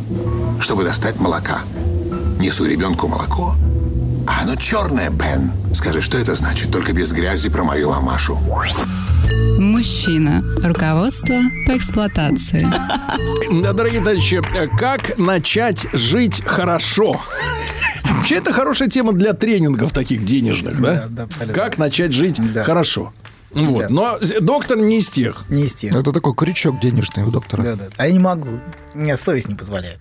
Speaker 7: чтобы достать молока. Несу ребенку молоко. А оно черное, Бен. Скажи, что это значит? Только без грязи про мою мамашу.
Speaker 1: Мужчина. Руководство по эксплуатации.
Speaker 2: Да, дорогие товарищи, э, как начать жить хорошо? Вообще, это хорошая тема для тренингов таких денежных, да?
Speaker 4: Да, да, абсолютно.
Speaker 2: как начать жить
Speaker 4: Да.
Speaker 2: хорошо. Вот.
Speaker 4: Да.
Speaker 2: Но э, доктор не из тех.
Speaker 4: Не из тех.
Speaker 5: Это такой крючок денежный у доктора.
Speaker 4: Да, да. А я не могу. У меня совесть не позволяет.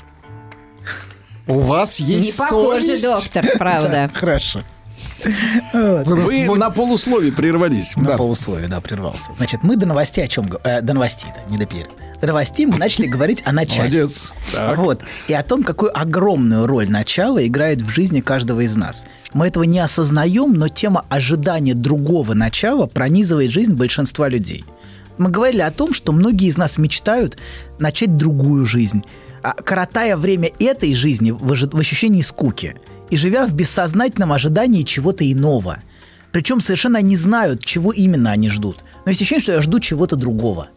Speaker 5: У вас есть
Speaker 3: Не похоже,
Speaker 5: совесть?
Speaker 3: доктор, правда.
Speaker 4: Хорошо.
Speaker 2: Вы на полусловии прервались.
Speaker 4: На полусловие, да, прервался. Значит, мы до новостей о чем го- э, До новостей, да, не до перерыва. До новостей мы начали говорить о начале.
Speaker 2: Молодец. Так.
Speaker 4: Вот. И о том, какую огромную роль начало играет в жизни каждого из нас. Мы этого не осознаем, но тема ожидания другого начала пронизывает жизнь большинства людей. Мы говорили о том, что многие из нас мечтают начать другую жизнь, а коротая время этой жизни в ожи- в ощущении скуки и живя в бессознательном ожидании чего-то иного. Причем совершенно не знают, чего именно они ждут. Но есть ощущение, что я жду чего-то другого.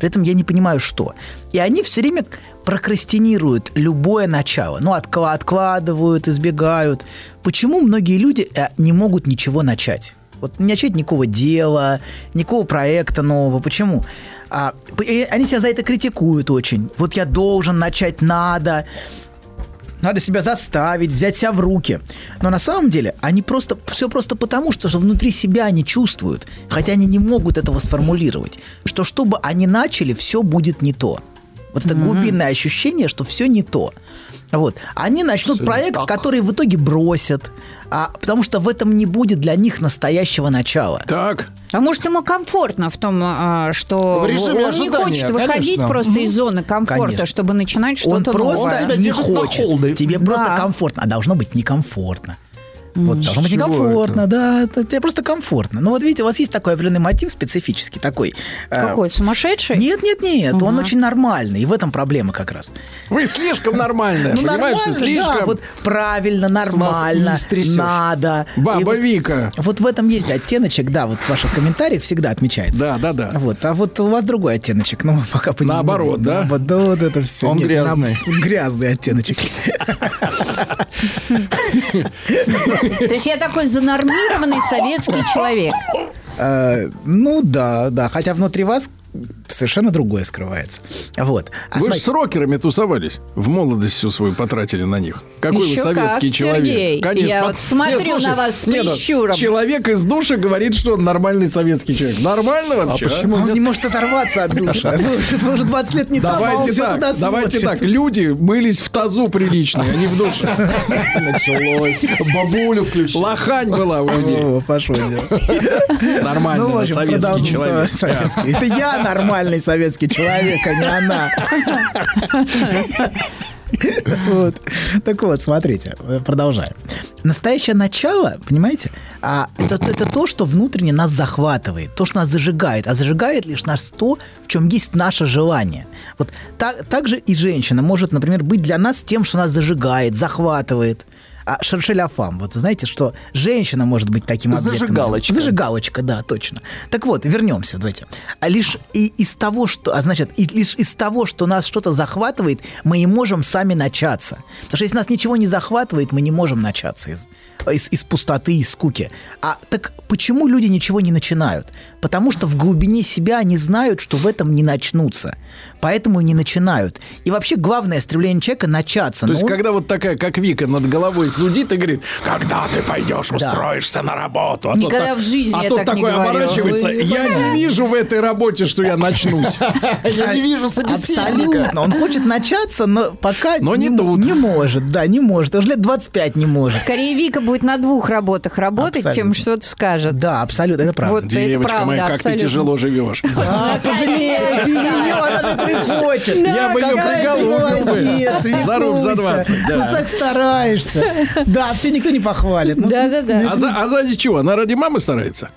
Speaker 4: При этом я не понимаю, что. И они все время к- прокрастинируют любое начало. Ну, откла- откладывают, избегают. Почему многие люди э, не могут ничего начать? Вот не начать никакого дела, никакого проекта нового. Почему? А, п- и они себя за это критикуют очень. Вот я должен начать, надо. Надо себя заставить, взять себя в руки. Но на самом деле они просто, все просто потому, что же внутри себя они чувствуют, хотя они не могут этого сформулировать, что чтобы они начали, все будет не то. Вот это глубинное ощущение, что все не то. Вот. Они начнут проект, который в итоге бросят, а, потому что в этом не будет для них настоящего начала.
Speaker 2: Так.
Speaker 3: А может, ему комфортно в том, а, что
Speaker 5: В режиме
Speaker 3: он не
Speaker 5: ожидания,
Speaker 3: хочет выходить
Speaker 5: конечно.
Speaker 3: просто из зоны комфорта,
Speaker 4: Конечно.
Speaker 3: чтобы начинать
Speaker 4: Он
Speaker 3: что-то
Speaker 4: просто
Speaker 3: новое.
Speaker 4: не
Speaker 5: держит на холде.
Speaker 4: хочет. Тебе просто
Speaker 3: Да.
Speaker 4: комфортно. А должно быть некомфортно. Вот, должно быть
Speaker 5: чего
Speaker 4: некомфортно, да. это Тебе просто комфортно. Ну вот видите, у вас есть такой определенный мотив специфический, такой. э,
Speaker 3: Какой сумасшедший?
Speaker 4: Нет, нет, нет, он очень нормальный, и в этом проблема как раз.
Speaker 2: Вы слишком нормальная,
Speaker 4: ну,
Speaker 2: понимаешь?
Speaker 4: нормально,
Speaker 2: слишком.
Speaker 4: да, вот правильно,
Speaker 5: не
Speaker 4: нормально,
Speaker 5: стрясешь.
Speaker 4: надо. И
Speaker 2: Баба
Speaker 4: вот-
Speaker 2: Вика.
Speaker 4: Вот в этом есть оттеночек, да, вот в ваших комментариях всегда отмечается.
Speaker 2: Да, да, да.
Speaker 4: Вот, а вот у вас другой оттеночек, ну, мы пока понимаем.
Speaker 2: Наоборот, да?
Speaker 4: Да, вот это все.
Speaker 5: Он грязный.
Speaker 4: грязный оттеночек.
Speaker 3: То есть я такой занормированный советский человек.
Speaker 4: Э, Ну да, да, хотя внутри вас совершенно другое скрывается. Вот. А
Speaker 2: Вы же
Speaker 4: смотри-
Speaker 2: с рокерами тусовались. В молодость всю свою потратили на них. Какой
Speaker 3: Еще
Speaker 2: вы советский
Speaker 3: как,
Speaker 2: человек.
Speaker 3: Сергей. Я
Speaker 2: под-
Speaker 3: вот смотрю на вас с
Speaker 2: нет, да,
Speaker 3: прищуром.
Speaker 2: человек из души говорит, что он нормальный советский человек. Нормально вообще? а?
Speaker 4: Он не может оторваться от души. Это уже 20 лет не там, а он
Speaker 2: Давайте
Speaker 4: всё туда
Speaker 2: так, давайте
Speaker 4: смотрит.
Speaker 2: так. Люди мылись в тазу прилично, а не в душе.
Speaker 5: Началось. Бабулю включил.
Speaker 2: Лохань была у людей.
Speaker 4: О, пошел дело.
Speaker 2: Нормально,
Speaker 4: Ну, в общем,
Speaker 2: советский
Speaker 4: продолжим
Speaker 2: человек.
Speaker 4: со- советский. Это я нормальный советский человек, а не она. Вот. Так вот, смотрите, э, продолжаем. Настоящее начало, понимаете, а, это, это то, что внутренне нас захватывает, то, что нас зажигает, а зажигает лишь нас то, в чем есть наше желание. Вот так, так же и женщина может, например, быть для нас тем, что нас зажигает, захватывает. а шершеляфам. Вот знаете, что женщина может быть таким объектом.
Speaker 5: Зажигалочка.
Speaker 4: Зажигалочка, да, точно. Так вот, вернемся, давайте. А лишь и из того, что, а значит, и лишь из того, что нас что-то захватывает, мы и можем сами начаться. Потому что если нас ничего не захватывает, мы не можем начаться из, из, из пустоты, из скуки. А так почему люди ничего не начинают? Потому что в глубине себя они знают, что в этом не начнутся. Поэтому и не начинают. И вообще главное стремление человека начаться.
Speaker 2: То
Speaker 4: Но
Speaker 2: есть,
Speaker 4: он-
Speaker 2: когда вот такая, как Вика, над головой зудит и говорит, когда ты пойдешь, устроишься на работу? А тот
Speaker 3: Никогда
Speaker 2: так-
Speaker 3: в жизни
Speaker 2: а
Speaker 3: я
Speaker 2: тот
Speaker 3: так не
Speaker 2: такой
Speaker 3: говорила.
Speaker 2: оборачивается,
Speaker 3: Вы-
Speaker 2: я не вижу в этой работе, что я начнусь.
Speaker 5: Я не вижу собеседника.
Speaker 4: Абсолютно. Он хочет начаться, но пока
Speaker 2: Но не
Speaker 4: м-
Speaker 2: тут.
Speaker 4: не может. Да, не может. Уже лет 25 не может.
Speaker 3: Скорее, Вика будет на двух работах работать, чем
Speaker 4: Абсолютно.
Speaker 3: что-то скажет.
Speaker 4: Да, абсолютно, это правда.
Speaker 3: Вот.
Speaker 2: Девочка
Speaker 3: правда,
Speaker 2: моя, как ты
Speaker 3: абсолютно.
Speaker 2: тяжело живешь.
Speaker 4: А, пожалейте ее, она же этого и хочет.
Speaker 2: Я бы ее
Speaker 4: Какая ты
Speaker 2: приголубил
Speaker 4: молодец,
Speaker 2: бы. За руб за
Speaker 4: Викуся.
Speaker 2: 20, да.
Speaker 4: Ну так стараешься. Да, все никто не похвалит. Ну,
Speaker 3: Да-да-да.
Speaker 2: А, за, а ради чего? Она ради мамы старается?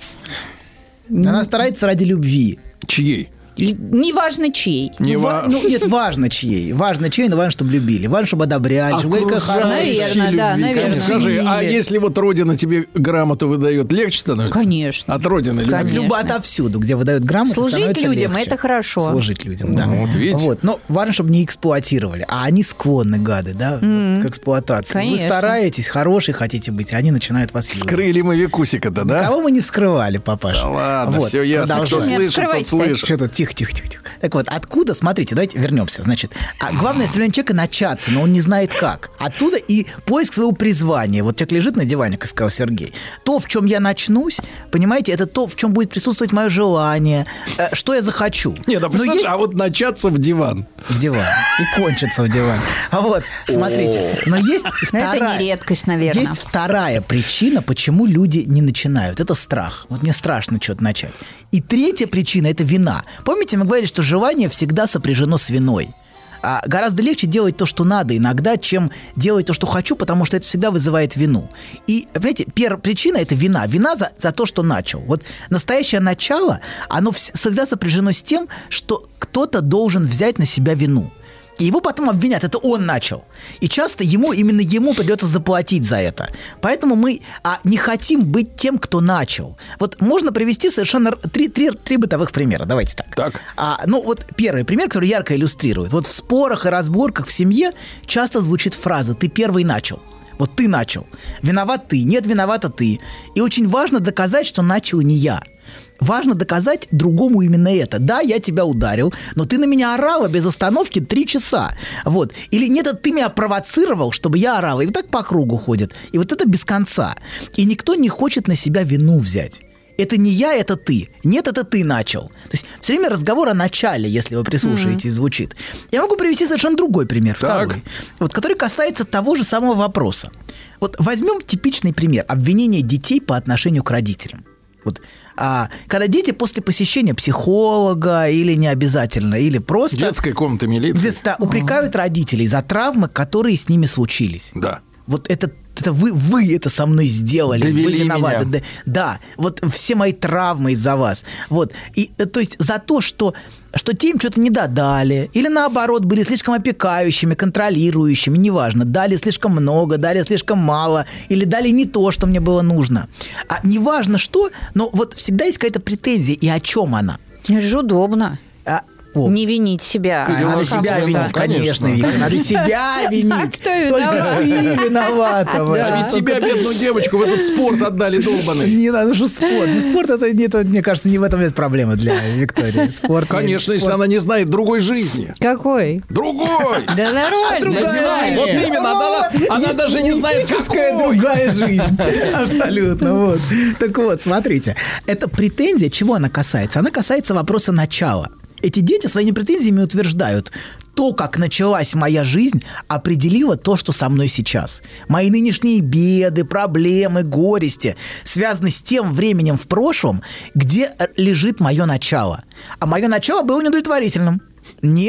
Speaker 4: Она старается ради любви.
Speaker 2: Чьей?
Speaker 3: Л- Неважно чей.
Speaker 2: Не
Speaker 4: Ва-
Speaker 2: ва-
Speaker 4: ну, нет, важно чьей. Важно чьей, но важно, чтобы любили. Важно, чтобы одобряли, чтобы говорили, как
Speaker 5: Окружающие
Speaker 4: хорошо.
Speaker 3: Наверное, да,
Speaker 5: любви,
Speaker 3: наверное.
Speaker 4: А, конечно.
Speaker 2: Скажи, а
Speaker 4: Ценили.
Speaker 2: если вот Родина тебе грамоту выдает, легче становится?
Speaker 3: Конечно.
Speaker 2: От Родины
Speaker 3: Конечно.
Speaker 2: любви?
Speaker 4: Любо отовсюду, где выдают грамоты,
Speaker 3: Служить
Speaker 4: становится
Speaker 3: людям
Speaker 4: легче.
Speaker 3: это хорошо.
Speaker 4: Служить людям, да.
Speaker 2: Ну, вот видите.
Speaker 4: Вот, но важно, чтобы не эксплуатировали, а они склонны, гады, да, вот к эксплуатации. Вы
Speaker 3: Конечно.
Speaker 4: стараетесь, хорошие хотите быть, а они начинают вас юзать.
Speaker 2: Вскрыли мы Викусика-то, да?
Speaker 4: Кого мы не вскрывали, папаша?
Speaker 2: Да ладно, все ясно. Кто слышит,
Speaker 3: Меня
Speaker 4: продолжаем.
Speaker 2: тот
Speaker 3: вскрывайте-то.
Speaker 2: слышит.
Speaker 4: Что тут? Тихо, тихо, тихо, тихо. Так вот, откуда, смотрите, давайте вернемся. Значит, а главное стремление человека начаться, но он не знает как. Оттуда и поиск своего призвания. Вот человек лежит на диване, как сказал Сергей. То, в чем я начнусь, понимаете, это то, в чем будет присутствовать мое желание, э, что я захочу.
Speaker 2: Не, да
Speaker 4: Но
Speaker 2: представляешь,
Speaker 4: Ну, есть
Speaker 2: а вот начаться в диван.
Speaker 4: в диван. И кончится в диван. А вот, смотрите, но есть
Speaker 3: Но
Speaker 4: вторая...
Speaker 3: Это не редкость, наверное.
Speaker 4: Есть вторая причина, почему люди не начинают. Это страх. Вот мне страшно что-то начать. И третья причина – это вина. Помните, мы говорили, что желание всегда сопряжено с виной. А гораздо легче делать то, что надо иногда, чем делать то, что хочу, потому что это всегда вызывает вину. И, понимаете, первая причина – это вина. Вина за, за то, что начал. Вот настоящее начало, оно вс- всегда сопряжено с тем, что кто-то должен взять на себя вину. И его потом обвинят, это он начал. И часто ему, именно ему придется заплатить за это. Поэтому мы а, не хотим быть тем, кто начал. Вот можно привести совершенно р- три, три, три бытовых примера. Давайте так.
Speaker 2: Так.
Speaker 4: А, ну вот первый пример, который ярко иллюстрирует. Вот в спорах и разборках в семье часто звучит фраза «ты первый начал». Вот ты начал. Виноват ты, нет, виновата ты. И очень важно доказать, что начал не я. Важно доказать другому именно это. Да, я тебя ударил, но ты на меня орала без остановки три часа. Вот. Или нет, это ты меня провоцировал, чтобы я орала. И вот так по кругу ходит. И вот это без конца. И никто не хочет на себя вину взять. Это не я, это ты. Нет, это ты начал. То есть все время разговор о начале, если вы прислушаетесь, звучит. Я могу привести совершенно другой пример,
Speaker 2: Так.
Speaker 4: второй, вот, который касается того же самого вопроса. Вот возьмем типичный пример обвинения детей по отношению к родителям. Вот, а, когда дети после посещения психолога или не обязательно, или просто
Speaker 2: Детская комната милиции.
Speaker 4: детства упрекают родителей за травмы, которые с ними случились.
Speaker 2: Да.
Speaker 4: Вот это, это вы, вы это со мной сделали, вы
Speaker 5: Довели
Speaker 4: виноваты.
Speaker 5: меня.
Speaker 4: Да, да, вот все мои травмы из-за вас. Вот, и э, то есть за то, что, что тем что-то не додали, или наоборот, были слишком опекающими, контролирующими, неважно, дали слишком много, дали слишком мало, или дали не то, что мне было нужно. А неважно что, но вот всегда есть какая-то претензия, и о чем она.
Speaker 3: Это же удобно.
Speaker 4: А, о,
Speaker 3: Не винить себя.
Speaker 4: а надо себя винить, конечно, Вика. Надо себя винить.
Speaker 3: кто
Speaker 4: Только
Speaker 3: виноват?
Speaker 4: ты виновата. в этом.
Speaker 2: А ведь тебя, бедную девочку, в этот спорт отдали долбаный.
Speaker 4: Не надо, ну что спорт. Ну, спорт это, не- это, мне кажется, не в этом есть проблема для Виктории. Спорт. не-
Speaker 2: Конечно, если
Speaker 4: спорт-
Speaker 2: она не знает другой жизни.
Speaker 3: Какой?
Speaker 2: Другой!
Speaker 3: Да нормально.
Speaker 4: другая
Speaker 3: нормально.
Speaker 2: Вот
Speaker 4: жизнь.
Speaker 2: именно, она-
Speaker 4: О,
Speaker 2: она даже не знает,
Speaker 4: мифическая
Speaker 2: какой.
Speaker 4: другая жизнь. Абсолютно, вот. Так вот, смотрите, эта претензия, чего она касается? Она касается вопроса начала. Эти дети своими претензиями утверждают, то, как началась моя жизнь, определило то, что со мной сейчас. Мои нынешние беды, проблемы, горести связаны с тем временем в прошлом, где э, лежит мое начало. А мое начало было неудовлетворительным.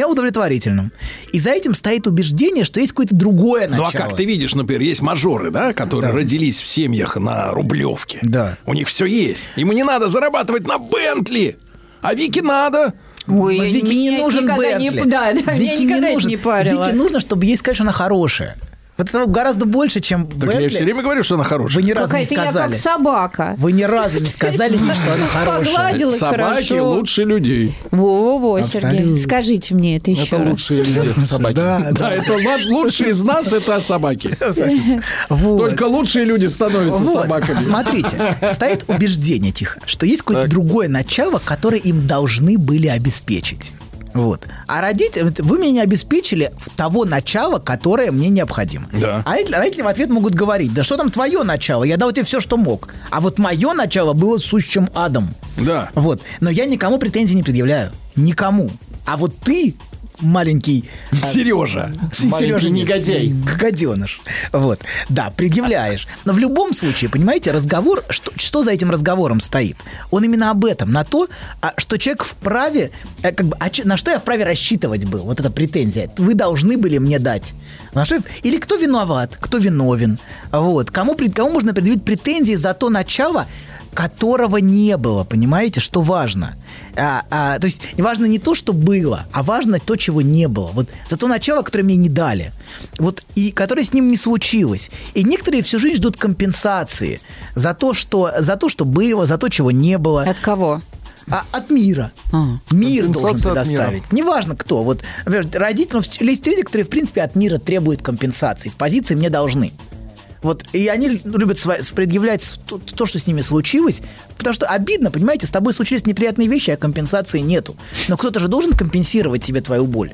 Speaker 4: Неудовлетворительным. И за этим стоит убеждение, что есть какое-то другое
Speaker 2: Ну
Speaker 4: начало.
Speaker 2: а как ты видишь, например, есть мажоры, да, которые
Speaker 4: Да.
Speaker 2: родились в семьях на Рублевке.
Speaker 4: Да.
Speaker 2: У них все есть. Ему не надо зарабатывать на Бентли. А Вике надо.
Speaker 3: Ой,
Speaker 4: Но Вики
Speaker 3: меня
Speaker 4: не нужен
Speaker 3: никогда не-
Speaker 4: Бентли.
Speaker 3: Да, да, меня
Speaker 4: Вики ну,
Speaker 3: никогда это
Speaker 4: нужен-
Speaker 3: не парило.
Speaker 4: Вики нужно, чтобы ей сказать, что она хорошая. Вот этого гораздо больше, чем
Speaker 2: Так я и
Speaker 4: Бентли.
Speaker 2: все время говорю, что она
Speaker 4: Вы
Speaker 2: хорошая.
Speaker 4: ни разу не
Speaker 3: Какая-то я как
Speaker 4: сказали.
Speaker 3: собака.
Speaker 4: Вы ни разу не сказали ей, что она хорошая.
Speaker 3: Погладила
Speaker 2: Собаки
Speaker 3: хорошо.
Speaker 2: лучше людей.
Speaker 3: Во-во-во, Сергей,
Speaker 5: Абсолютно.
Speaker 3: скажите мне это еще
Speaker 5: Это
Speaker 3: раз.
Speaker 5: лучшие люди, собаки.
Speaker 4: Да,
Speaker 2: Да, это лад- лучшие из нас это собаки.
Speaker 4: вот.
Speaker 2: Только лучшие люди становятся
Speaker 4: Вот,
Speaker 2: собаками.
Speaker 4: Смотрите, стоит убеждение тихо, что есть какое-то другое начало, которое им должны были обеспечить. Вот. А родители, вот вы меня не обеспечили того начала, которое мне необходимо.
Speaker 2: Да.
Speaker 4: А родители, родители в ответ могут говорить, да что там твое начало, я дал тебе все, что мог. А вот мое начало было сущим адом.
Speaker 2: Да.
Speaker 4: Вот. Но я никому претензий не предъявляю. Никому. А вот ты, маленький а,
Speaker 2: Сережа.
Speaker 4: Сережа, нет,
Speaker 5: негодяй.
Speaker 4: Гаденыш. Вот. Да, предъявляешь. Но в любом случае, понимаете, разговор, что, что за этим разговором стоит? Он именно об этом, на то, а, что человек вправе, э, как бы, а че- на что я вправе рассчитывать был, вот эта претензия. Вы должны были мне дать. На что я- или кто виноват, кто виновен. Вот. Кому, пред- кому можно предъявить претензии за то начало, которого не было, понимаете, что важно. А, а, то есть важно не то, что было, а важно то, чего не было. Вот за то начало, которое мне не дали, вот и которое с ним не случилось. И некоторые всю жизнь ждут компенсации за то, что за то, что было, за то, чего не было.
Speaker 3: От кого?
Speaker 4: А от мира. Мир
Speaker 5: компенсация А,
Speaker 4: должен
Speaker 5: от мира.
Speaker 4: предоставить. Неважно кто. Вот например, родители, ну, есть люди, которые, в принципе, от мира требуют компенсации. В позиции мне должны. Вот, и они ну, любят сва- предъявлять то, то, что с ними случилось, потому что обидно, понимаете, с тобой случились неприятные вещи, а компенсации нету. Но кто-то же должен компенсировать тебе твою боль.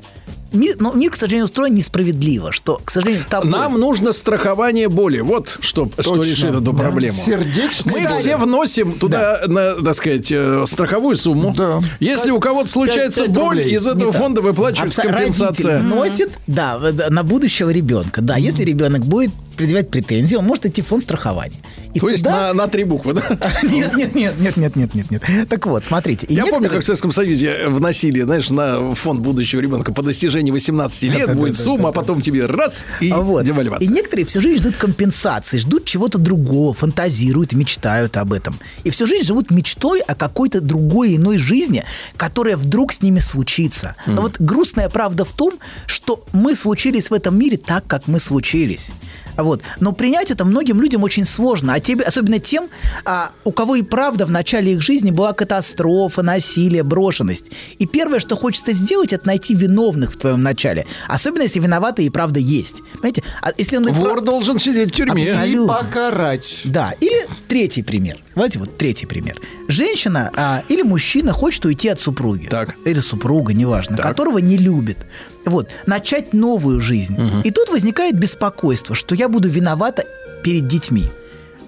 Speaker 4: Мир, но мир, к сожалению, устроен несправедливо, что, к сожалению, тобой...
Speaker 2: Нам нужно страхование боли. Вот что, что
Speaker 5: Точно.
Speaker 2: решит эту
Speaker 5: Да.
Speaker 2: проблему.
Speaker 5: Сердечная
Speaker 2: Мы
Speaker 5: боль.
Speaker 2: все вносим туда, на, так сказать, э, страховую сумму.
Speaker 5: Да.
Speaker 2: Если у кого-то случается
Speaker 5: пять
Speaker 2: боль,
Speaker 5: рублей.
Speaker 2: из этого
Speaker 4: Не так. Ну,
Speaker 2: фонда выплачивается
Speaker 4: Абсо-
Speaker 2: компенсация.
Speaker 4: Родитель носит, да, в- да, на будущего ребенка. Да, если ребенок будет предъявлять претензии, он может идти в фонд страхования. И
Speaker 2: То есть
Speaker 4: туда-
Speaker 2: на, на три буквы, да?
Speaker 4: Нет, нет, нет, нет, нет, нет, нет, нет. Так вот, смотрите. и
Speaker 2: Я помню,
Speaker 4: некоторые-
Speaker 2: как в Советском Союзе вносили, знаешь, на фонд будущего ребенка по достижении 18 лет будет сумма, а потом тебе раз и
Speaker 4: А вот. И
Speaker 2: девальвация.
Speaker 4: некоторые всю жизнь ждут компенсации, ждут чего-то другого, фантазируют, мечтают об этом. И всю жизнь живут мечтой о какой-то другой иной жизни, которая вдруг с ними случится. Но вот грустная правда в том, что мы случились в этом мире так, как мы случились. Вот. Но принять это многим людям очень сложно, а тебе, особенно тем, а, у кого и правда в начале их жизни была катастрофа, насилие, брошенность. И первое, что хочется сделать, это найти виновных в твоем начале. Особенно, если виноваты и правда есть. Понимаете? А если он и
Speaker 2: Вор
Speaker 4: прав-
Speaker 2: должен сидеть в тюрьме.
Speaker 4: Абсолютно.
Speaker 5: И покарать.
Speaker 4: Да, или третий пример. Давайте вот третий пример. Женщина а, или мужчина хочет уйти от супруги.
Speaker 2: Так.
Speaker 4: Или супруга, неважно,
Speaker 2: Так.
Speaker 4: которого не любит. Вот, начать новую жизнь. И тут возникает беспокойство, что я буду виновата перед детьми.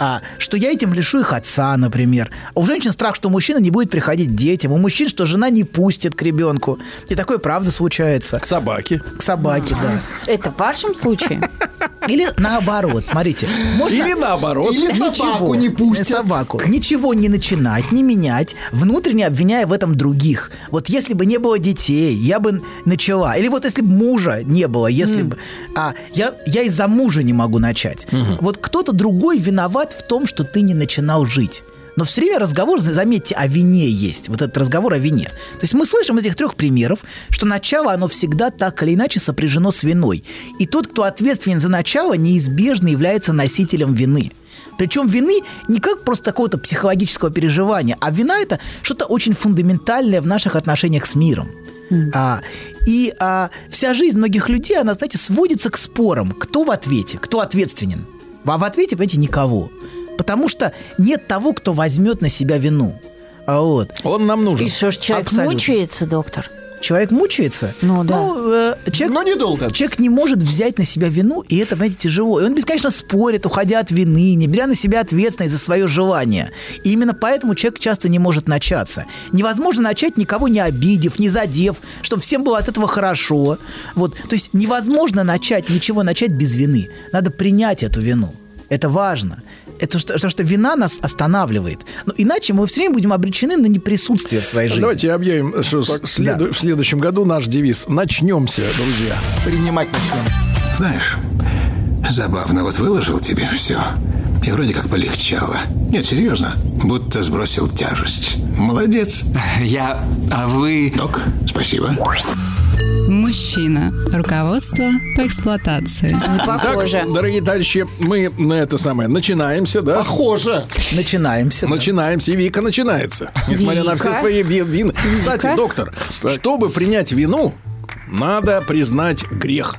Speaker 4: А, что я этим лишу их отца, например. А у женщин страх, что мужчина не будет приходить к детям. У мужчин, что жена не пустит к ребенку. И такое правда случается.
Speaker 2: К собаке.
Speaker 4: К собаке, да.
Speaker 3: Это в вашем случае?
Speaker 4: Или наоборот, смотрите. Можно...
Speaker 2: Или наоборот.
Speaker 5: Или собаку
Speaker 4: Ничего.
Speaker 5: не пустят.
Speaker 4: Собаку. Ничего не начинать, не менять, внутренне обвиняя в этом других. Вот если бы не было детей, я бы начала. Или вот если бы мужа не было, если бы... А я, я из-за мужа не могу начать. Вот кто-то другой виноват в том, что ты не начинал жить. Но все время разговор, за- заметьте, о вине есть. Вот этот разговор о вине. То есть мы слышим из этих трех примеров, что начало, оно всегда так или иначе сопряжено с виной. И тот, кто ответственен за начало, неизбежно является носителем вины. Причем вины не как просто какого-то психологического переживания, а вина это что-то очень фундаментальное в наших отношениях с миром. А, и а, вся жизнь многих людей, она, знаете, сводится к спорам, кто в ответе, кто ответственен. А в ответе, понимаете, никого. Потому что нет того, кто возьмет на себя вину. А вот.
Speaker 2: Он нам нужен.
Speaker 3: И что ж, человек
Speaker 4: Абсолютно.
Speaker 3: мучается, доктор?
Speaker 4: Человек мучается.
Speaker 3: Ну да.
Speaker 4: э, человек,
Speaker 5: Но недолго.
Speaker 4: Человек не может взять на себя вину, и это, понимаете, тяжело. И он бесконечно спорит, уходя от вины, не беря на себя ответственность за свое желание. И именно поэтому человек часто не может начаться. Невозможно начать, никого не обидев, не задев, чтобы всем было от этого хорошо. Вот. То есть невозможно начать, ничего начать без вины. Надо принять эту вину. Это важно. Это что, потому что вина нас останавливает. Но иначе мы все время будем обречены на неприсутствие в
Speaker 5: Ну,
Speaker 4: своей жизни.
Speaker 2: Давайте объявим, что с- следу- в следующем году наш девиз «Начнемся, друзья».
Speaker 5: Принимать начнем.
Speaker 7: Знаешь, забавно, вот выложил тебе все. И вроде как полегчало. Нет, серьезно. Будто сбросил тяжесть. Молодец.
Speaker 6: Я... А вы...
Speaker 7: Док, спасибо.
Speaker 1: Мужчина. Руководство по эксплуатации.
Speaker 3: Не похоже.
Speaker 2: Так, дорогие товарищи, мы на это самое начинаемся, да?
Speaker 5: Похоже.
Speaker 4: Начинаемся. да.
Speaker 2: Начинаемся, и Вика начинается. Несмотря на все
Speaker 3: Вика?
Speaker 2: свои ви- вины. Кстати,
Speaker 3: Вика?
Speaker 2: доктор, чтобы принять вину, надо признать грех.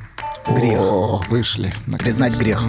Speaker 4: Грех.
Speaker 5: О, вышли.
Speaker 4: Признать грех.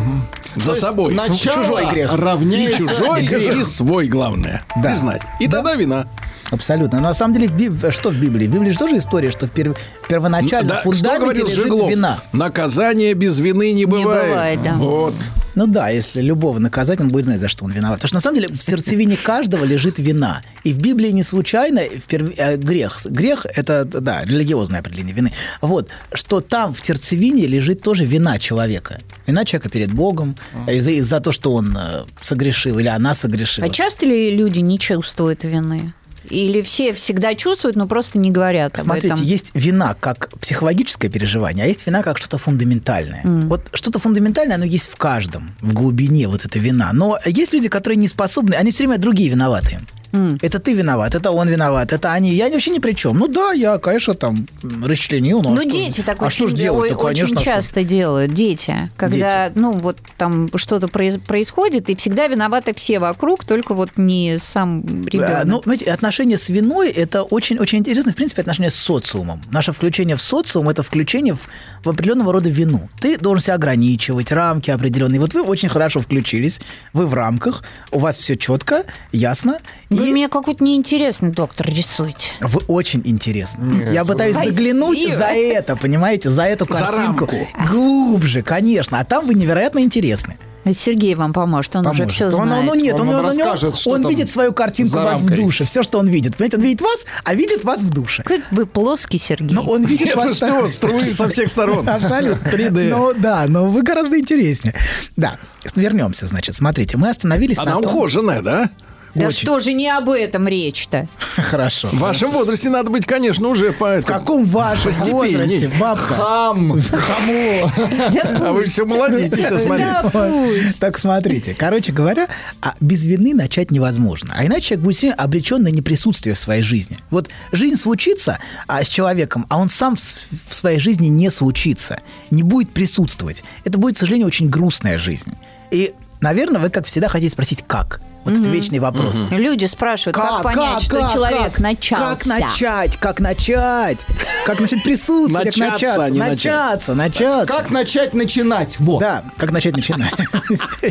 Speaker 2: За собой.
Speaker 5: Начало
Speaker 4: чужой грех.
Speaker 2: И
Speaker 5: равняется
Speaker 2: чужой, и
Speaker 5: грех.
Speaker 2: свой, главное.
Speaker 4: Да.
Speaker 2: Признать. И тогда вина.
Speaker 4: Абсолютно. Но на самом деле, в Биб- что в Библии? В Библии же тоже история, что в перв- первоначально
Speaker 2: Да,
Speaker 4: в
Speaker 2: что
Speaker 4: фундаменте
Speaker 2: говорил
Speaker 4: лежит
Speaker 2: Жиглов?
Speaker 4: вина.
Speaker 2: Наказание без вины не бывает.
Speaker 3: бывает, да.
Speaker 2: Вот.
Speaker 4: Ну да, если любого наказать, он будет знать, за что он виноват. Потому что на самом деле в сердцевине каждого лежит вина. И в Библии не случайно в перв- э, грех. Грех – это, да, религиозное определение вины. Вот, что там в сердцевине лежит тоже вина человека. Вина человека перед Богом э, из- из-за то, что он э, согрешил или она согрешила.
Speaker 3: А часто ли люди не чувствуют вины? Или все всегда чувствуют, но просто не говорят
Speaker 4: Смотрите,
Speaker 3: об этом?
Speaker 4: есть вина как психологическое переживание, а есть вина как что-то фундаментальное. Вот что-то фундаментальное, оно есть в каждом, в глубине вот эта вина. Но есть люди, которые не способны, они все время другие виноваты. Это ты виноват, это он виноват, это они. Я вообще ни при чем. Ну да, я, конечно, там м, расчленил. Ну, а
Speaker 3: Ну,
Speaker 4: что ж-
Speaker 3: дети так
Speaker 4: а
Speaker 3: очень,
Speaker 4: что ж
Speaker 3: де-
Speaker 4: делать
Speaker 3: ой, очень
Speaker 4: конечно, а что ж.
Speaker 3: часто делают, дети. Когда, ну, вот там что-то произ- происходит, и всегда виноваты все вокруг, только вот не сам
Speaker 4: Э,
Speaker 3: ребенок.
Speaker 4: Ну, знаете, отношения с виной – это очень-очень интересно, в принципе, отношения с социумом. Наше включение в социум – это включение в, в определенного рода вину. Ты должен себя ограничивать, рамки определенные. Вот вы очень хорошо включились, вы в рамках, у вас все четко, ясно.
Speaker 3: Вы
Speaker 4: и
Speaker 3: меня какой-то неинтересный доктор рисуете.
Speaker 4: вы очень интересны. Я пытаюсь
Speaker 3: Ай,
Speaker 4: заглянуть
Speaker 3: Ира.
Speaker 4: за это, понимаете, за эту
Speaker 2: За
Speaker 4: картинку.
Speaker 2: рамку.
Speaker 4: Глубже, конечно. А там вы невероятно интересны.
Speaker 3: Сергей вам поможет, он уже
Speaker 4: поможет.
Speaker 3: все
Speaker 4: он,
Speaker 3: знает.
Speaker 4: ну, нет,
Speaker 5: Он
Speaker 4: он,
Speaker 5: вам
Speaker 4: он- он-
Speaker 5: расскажет, что
Speaker 4: он
Speaker 5: там
Speaker 4: видит свою картинку
Speaker 5: за
Speaker 4: вас в
Speaker 5: рамкой.
Speaker 4: душе, все, что он видит. Понимаете, он видит вас, а видит вас в душе.
Speaker 3: Как вы плоский, Сергей.
Speaker 4: Но Ну, он видит
Speaker 2: Нет,
Speaker 4: вас
Speaker 2: вы что,
Speaker 4: такой.
Speaker 2: струи со всех сторон.
Speaker 4: Абсолютно.
Speaker 2: 3D.
Speaker 4: Но, да, но вы гораздо интереснее. Да, вернемся, значит. Смотрите, мы остановились
Speaker 2: Она
Speaker 4: на том...
Speaker 2: ухоженная, да?
Speaker 3: да
Speaker 4: очень.
Speaker 3: что же не об этом речь-то?
Speaker 4: Хорошо.
Speaker 2: В вашем возрасте надо быть, конечно, уже
Speaker 4: В
Speaker 2: поэтому.
Speaker 4: каком вашем
Speaker 2: Постепенней.
Speaker 4: возрасте, бабка?
Speaker 5: Хам.
Speaker 2: А вы все молодитесь, я смотрю.
Speaker 3: Да пусть.
Speaker 4: Так смотрите, короче говоря, а без вины начать невозможно. А иначе человек будет всё время обречен на неприсутствие в своей жизни. Вот жизнь случится а, с человеком, а он сам в, с- в своей жизни не случится, не будет присутствовать. Это будет, к сожалению, очень грустная жизнь. И, наверное, вы, как всегда, хотите спросить, как? Вот это вечный вопрос.
Speaker 3: Люди спрашивают, как, понять, что
Speaker 4: как,
Speaker 3: человек
Speaker 4: как?
Speaker 3: начался?
Speaker 4: Как начать, как начать, как начать присутствовать, как
Speaker 2: Начаться,
Speaker 4: начаться,
Speaker 2: а не начать.
Speaker 4: начаться, начаться.
Speaker 5: Как начать начинать? Вот.
Speaker 4: Да, как начать начинать. И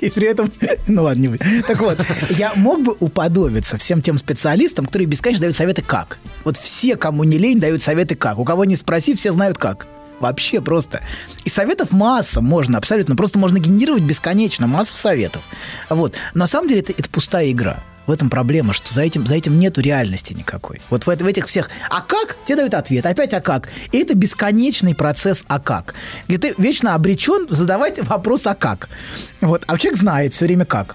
Speaker 4: и при этом... Ну ладно, не буду. Так вот, я мог бы уподобиться всем тем специалистам, которые бесконечно дают советы как. Вот все, кому не лень, дают советы как. У кого не спроси, все знают как. Вообще просто. И советов масса можно, абсолютно. Просто можно генерировать бесконечно массу советов. Вот. Но на самом деле это, это пустая игра. В этом проблема, что за этим, за этим нету реальности никакой. Вот в, эт- в этих всех «а как?» тебе дают ответ, опять «а как?». И это бесконечный процесс «а как?», где ты вечно обречен задавать вопрос «а как?». Вот. А человек знает все время «как?».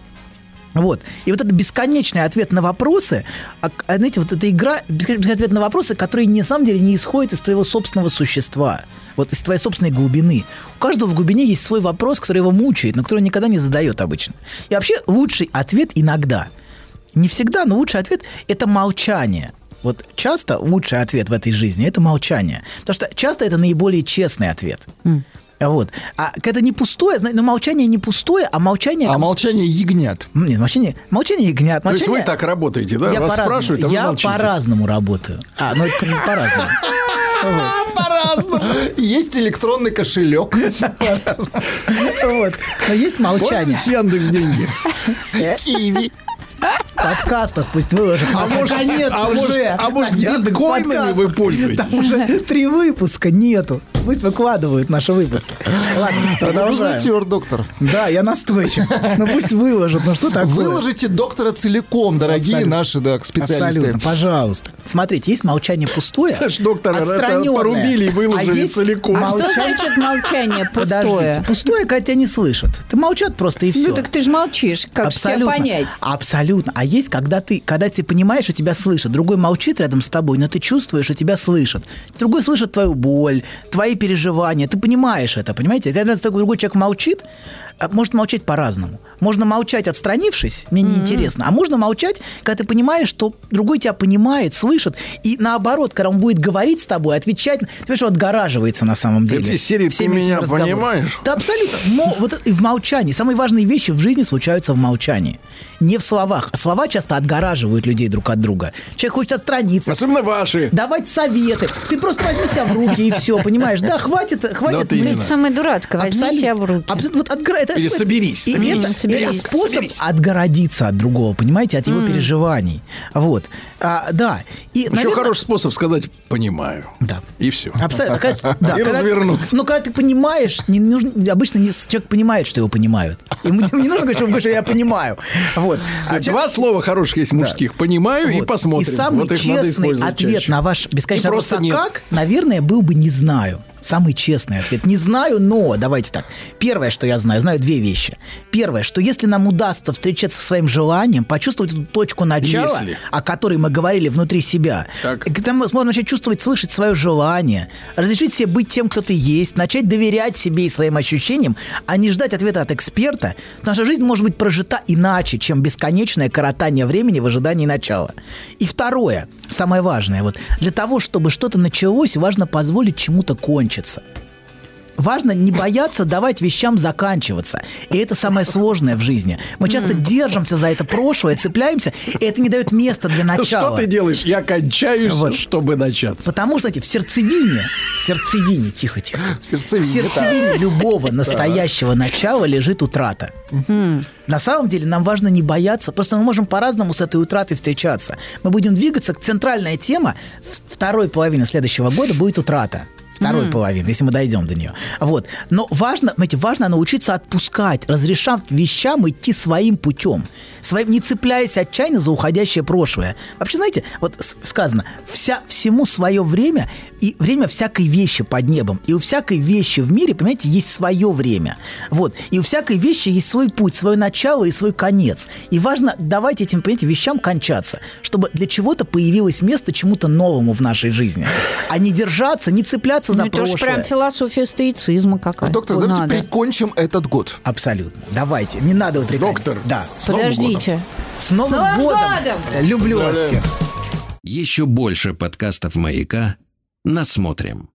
Speaker 4: Вот. И вот этот бесконечный ответ на вопросы, а, к- а, знаете, вот эта игра, бесконечный ответ на вопросы, которые на самом деле не исходят из твоего собственного существа, вот из твоей собственной глубины. У каждого в глубине есть свой вопрос, который его мучает, но который он никогда не задает обычно. И вообще лучший ответ иногда, не всегда, но лучший ответ – это молчание. Вот часто лучший ответ в этой жизни – это молчание. Потому что часто это наиболее честный ответ. Вот. А это не пустое, зна- но молчание не пустое, а молчание...
Speaker 5: А молчание ягнят.
Speaker 4: М, Ну, Нет, молчание, молчание ягнят.
Speaker 2: То есть вы
Speaker 4: молчание-
Speaker 2: так работаете, да?
Speaker 4: я
Speaker 2: Вас
Speaker 4: по-разному-
Speaker 2: спрашивают, а вы
Speaker 4: Я
Speaker 2: молчите.
Speaker 4: по-разному работаю. А, ну это по-разному.
Speaker 5: По-разному. Есть электронный кошелек.
Speaker 4: Вот. Но есть молчание.
Speaker 2: Пользуйтесь Яндекс деньги.
Speaker 5: Киви.
Speaker 4: В подкастах пусть выложат.
Speaker 2: А
Speaker 4: У нас
Speaker 2: может,
Speaker 4: наконец
Speaker 2: а
Speaker 4: уже
Speaker 2: может- а
Speaker 4: на
Speaker 2: может,
Speaker 4: Яндекс
Speaker 2: биткоинами
Speaker 4: подкастах.
Speaker 2: вы пользуетесь?
Speaker 4: Там уже три выпуска нету. Пусть выкладывают наши выпуски. Ладно, продолжаем.
Speaker 5: Режиссер, доктор.
Speaker 4: Да, я настойчив. Ну пусть выложат. Ну что такое?
Speaker 5: Выложите доктора целиком, дорогие
Speaker 4: Абсолютно.
Speaker 5: наши да, специалисты.
Speaker 4: Абсолютно, пожалуйста. Смотрите, есть молчание пустое,
Speaker 2: Саш, доктора это
Speaker 4: отстранённое,
Speaker 2: порубили и выложили
Speaker 4: а есть
Speaker 2: целиком.
Speaker 3: А что
Speaker 4: молчание-
Speaker 3: значит молчание
Speaker 4: Подождите,
Speaker 3: пустое?
Speaker 4: пустое, когда тебя не слышат. Ты молчат просто и все.
Speaker 3: Ну так ты же молчишь, как же тебя понять?
Speaker 4: Абсолютно. А есть, когда ты, когда ты понимаешь, что тебя слышат. Другой молчит рядом с тобой, но ты чувствуешь, что тебя слышат. Другой слышит твою боль, твои переживания. Ты понимаешь это, понимаете? Когда такой другой человек молчит, а может молчать по-разному. Можно молчать, отстранившись, мне неинтересно, а можно молчать, когда ты понимаешь, что другой тебя понимает, слышит, и наоборот, когда он будет говорить с тобой, отвечать, ты понимаешь, он отгораживается на самом деле.
Speaker 2: Эти серии «Ты
Speaker 4: всеми этими
Speaker 2: меня
Speaker 4: разговорами.
Speaker 2: понимаешь?
Speaker 4: Да, абсолютно. Мо- вот это и в молчании. Самые важные вещи в жизни случаются в молчании. Не в словах. А слова часто отгораживают людей друг от друга. Человек хочет отстраниться,
Speaker 2: Особенно ваши.
Speaker 4: давать советы. Ты просто возьми себя в руки и все, понимаешь? Да, хватит,
Speaker 2: Да,
Speaker 4: хватит.
Speaker 2: ты
Speaker 4: блядь,
Speaker 2: Ну, именно.
Speaker 3: Это самое дурацкое. Возьми
Speaker 4: Абсолютно.
Speaker 3: себя в руки.
Speaker 4: Абсолютно. Вот отгра- это-
Speaker 2: Или
Speaker 4: это-
Speaker 2: соберись,
Speaker 4: и
Speaker 2: соберись,
Speaker 4: это-
Speaker 3: соберись,
Speaker 4: это способ
Speaker 2: соберись.
Speaker 4: отгородиться от другого, понимаете, от его переживаний. Вот. А, да. И,
Speaker 2: Еще
Speaker 4: наверное,
Speaker 2: хороший способ сказать «понимаю».
Speaker 4: Да.
Speaker 2: И все.
Speaker 4: Абсолютно. Когда- да,
Speaker 2: И
Speaker 4: когда-
Speaker 2: развернуться.
Speaker 4: Ну, когда ты понимаешь, не нужно, обычно не, человек понимает, что его понимают. Ему не, не нужно говорить, что он говорит, что я понимаю. Вот. А человек-
Speaker 2: Два слова хороших есть мужских. Понимаю и
Speaker 4: вот.
Speaker 2: посмотрим.
Speaker 4: И самый
Speaker 2: вот их надо
Speaker 4: честный
Speaker 2: использовать
Speaker 4: ответ
Speaker 2: чаще.
Speaker 4: на ваш бесконечный
Speaker 2: И
Speaker 4: вопрос,
Speaker 2: просто
Speaker 4: «А
Speaker 2: нет.
Speaker 4: как, наверное, был бы «не знаю». Самый честный ответ. Не знаю, но давайте так. Первое, что я знаю, знаю две вещи. Первое, что если нам удастся встречаться со своим желанием, почувствовать эту точку начала,
Speaker 2: Если.
Speaker 4: о которой мы говорили внутри себя,
Speaker 2: Так.
Speaker 4: когда мы сможем начать чувствовать, слышать свое желание, разрешить себе быть тем, кто ты есть, начать доверять себе и своим ощущениям, а не ждать ответа от эксперта, наша жизнь может быть прожита иначе, чем бесконечное коротание времени в ожидании начала. И второе, самое важное, вот для того, чтобы что-то началось, важно позволить чему-то кончиться. Важно не бояться давать вещам заканчиваться. И это самое сложное в жизни. Мы часто держимся за это прошлое, цепляемся, и это не дает места для начала.
Speaker 2: Что ты делаешь? Я кончаюсь,
Speaker 4: Вот.
Speaker 2: чтобы начаться.
Speaker 4: Потому что, знаете, в сердцевине, в сердцевине, тихо, тихо, тихо. в сердцевине, любого настоящего начала лежит утрата. На самом деле нам важно не бояться, просто мы можем по-разному с этой утратой встречаться. Мы будем двигаться, к центральная тема в- второй половины следующего года будет утрата. Второй половины, если мы дойдем до нее. Вот. Но важно, знаете, важно научиться отпускать, разрешать вещам идти своим путем, своим, не цепляясь отчаянно за уходящее прошлое. Вообще, знаете, вот с- сказано, вся, всему свое время и время всякой вещи под небом. И у всякой вещи в мире, понимаете, есть свое время. Вот. И у всякой вещи есть свой путь, свое начало и свой конец. И важно давать этим, понимаете, вещам кончаться, чтобы для чего-то появилось место чему-то новому в нашей жизни. А не держаться, не цепляться за
Speaker 3: Ну, это уж
Speaker 4: прошлое.
Speaker 3: прям философия стоицизма какая-то.
Speaker 5: Доктор, ну, давайте прикончим этот год.
Speaker 4: Абсолютно. Давайте. Не надо вот
Speaker 2: Доктор.
Speaker 4: Да.
Speaker 3: Подождите.
Speaker 4: С Новым,
Speaker 3: Новым
Speaker 4: годом!
Speaker 3: годом!
Speaker 4: Люблю вас всех.
Speaker 8: Еще больше подкастов «Маяка» насмотрим.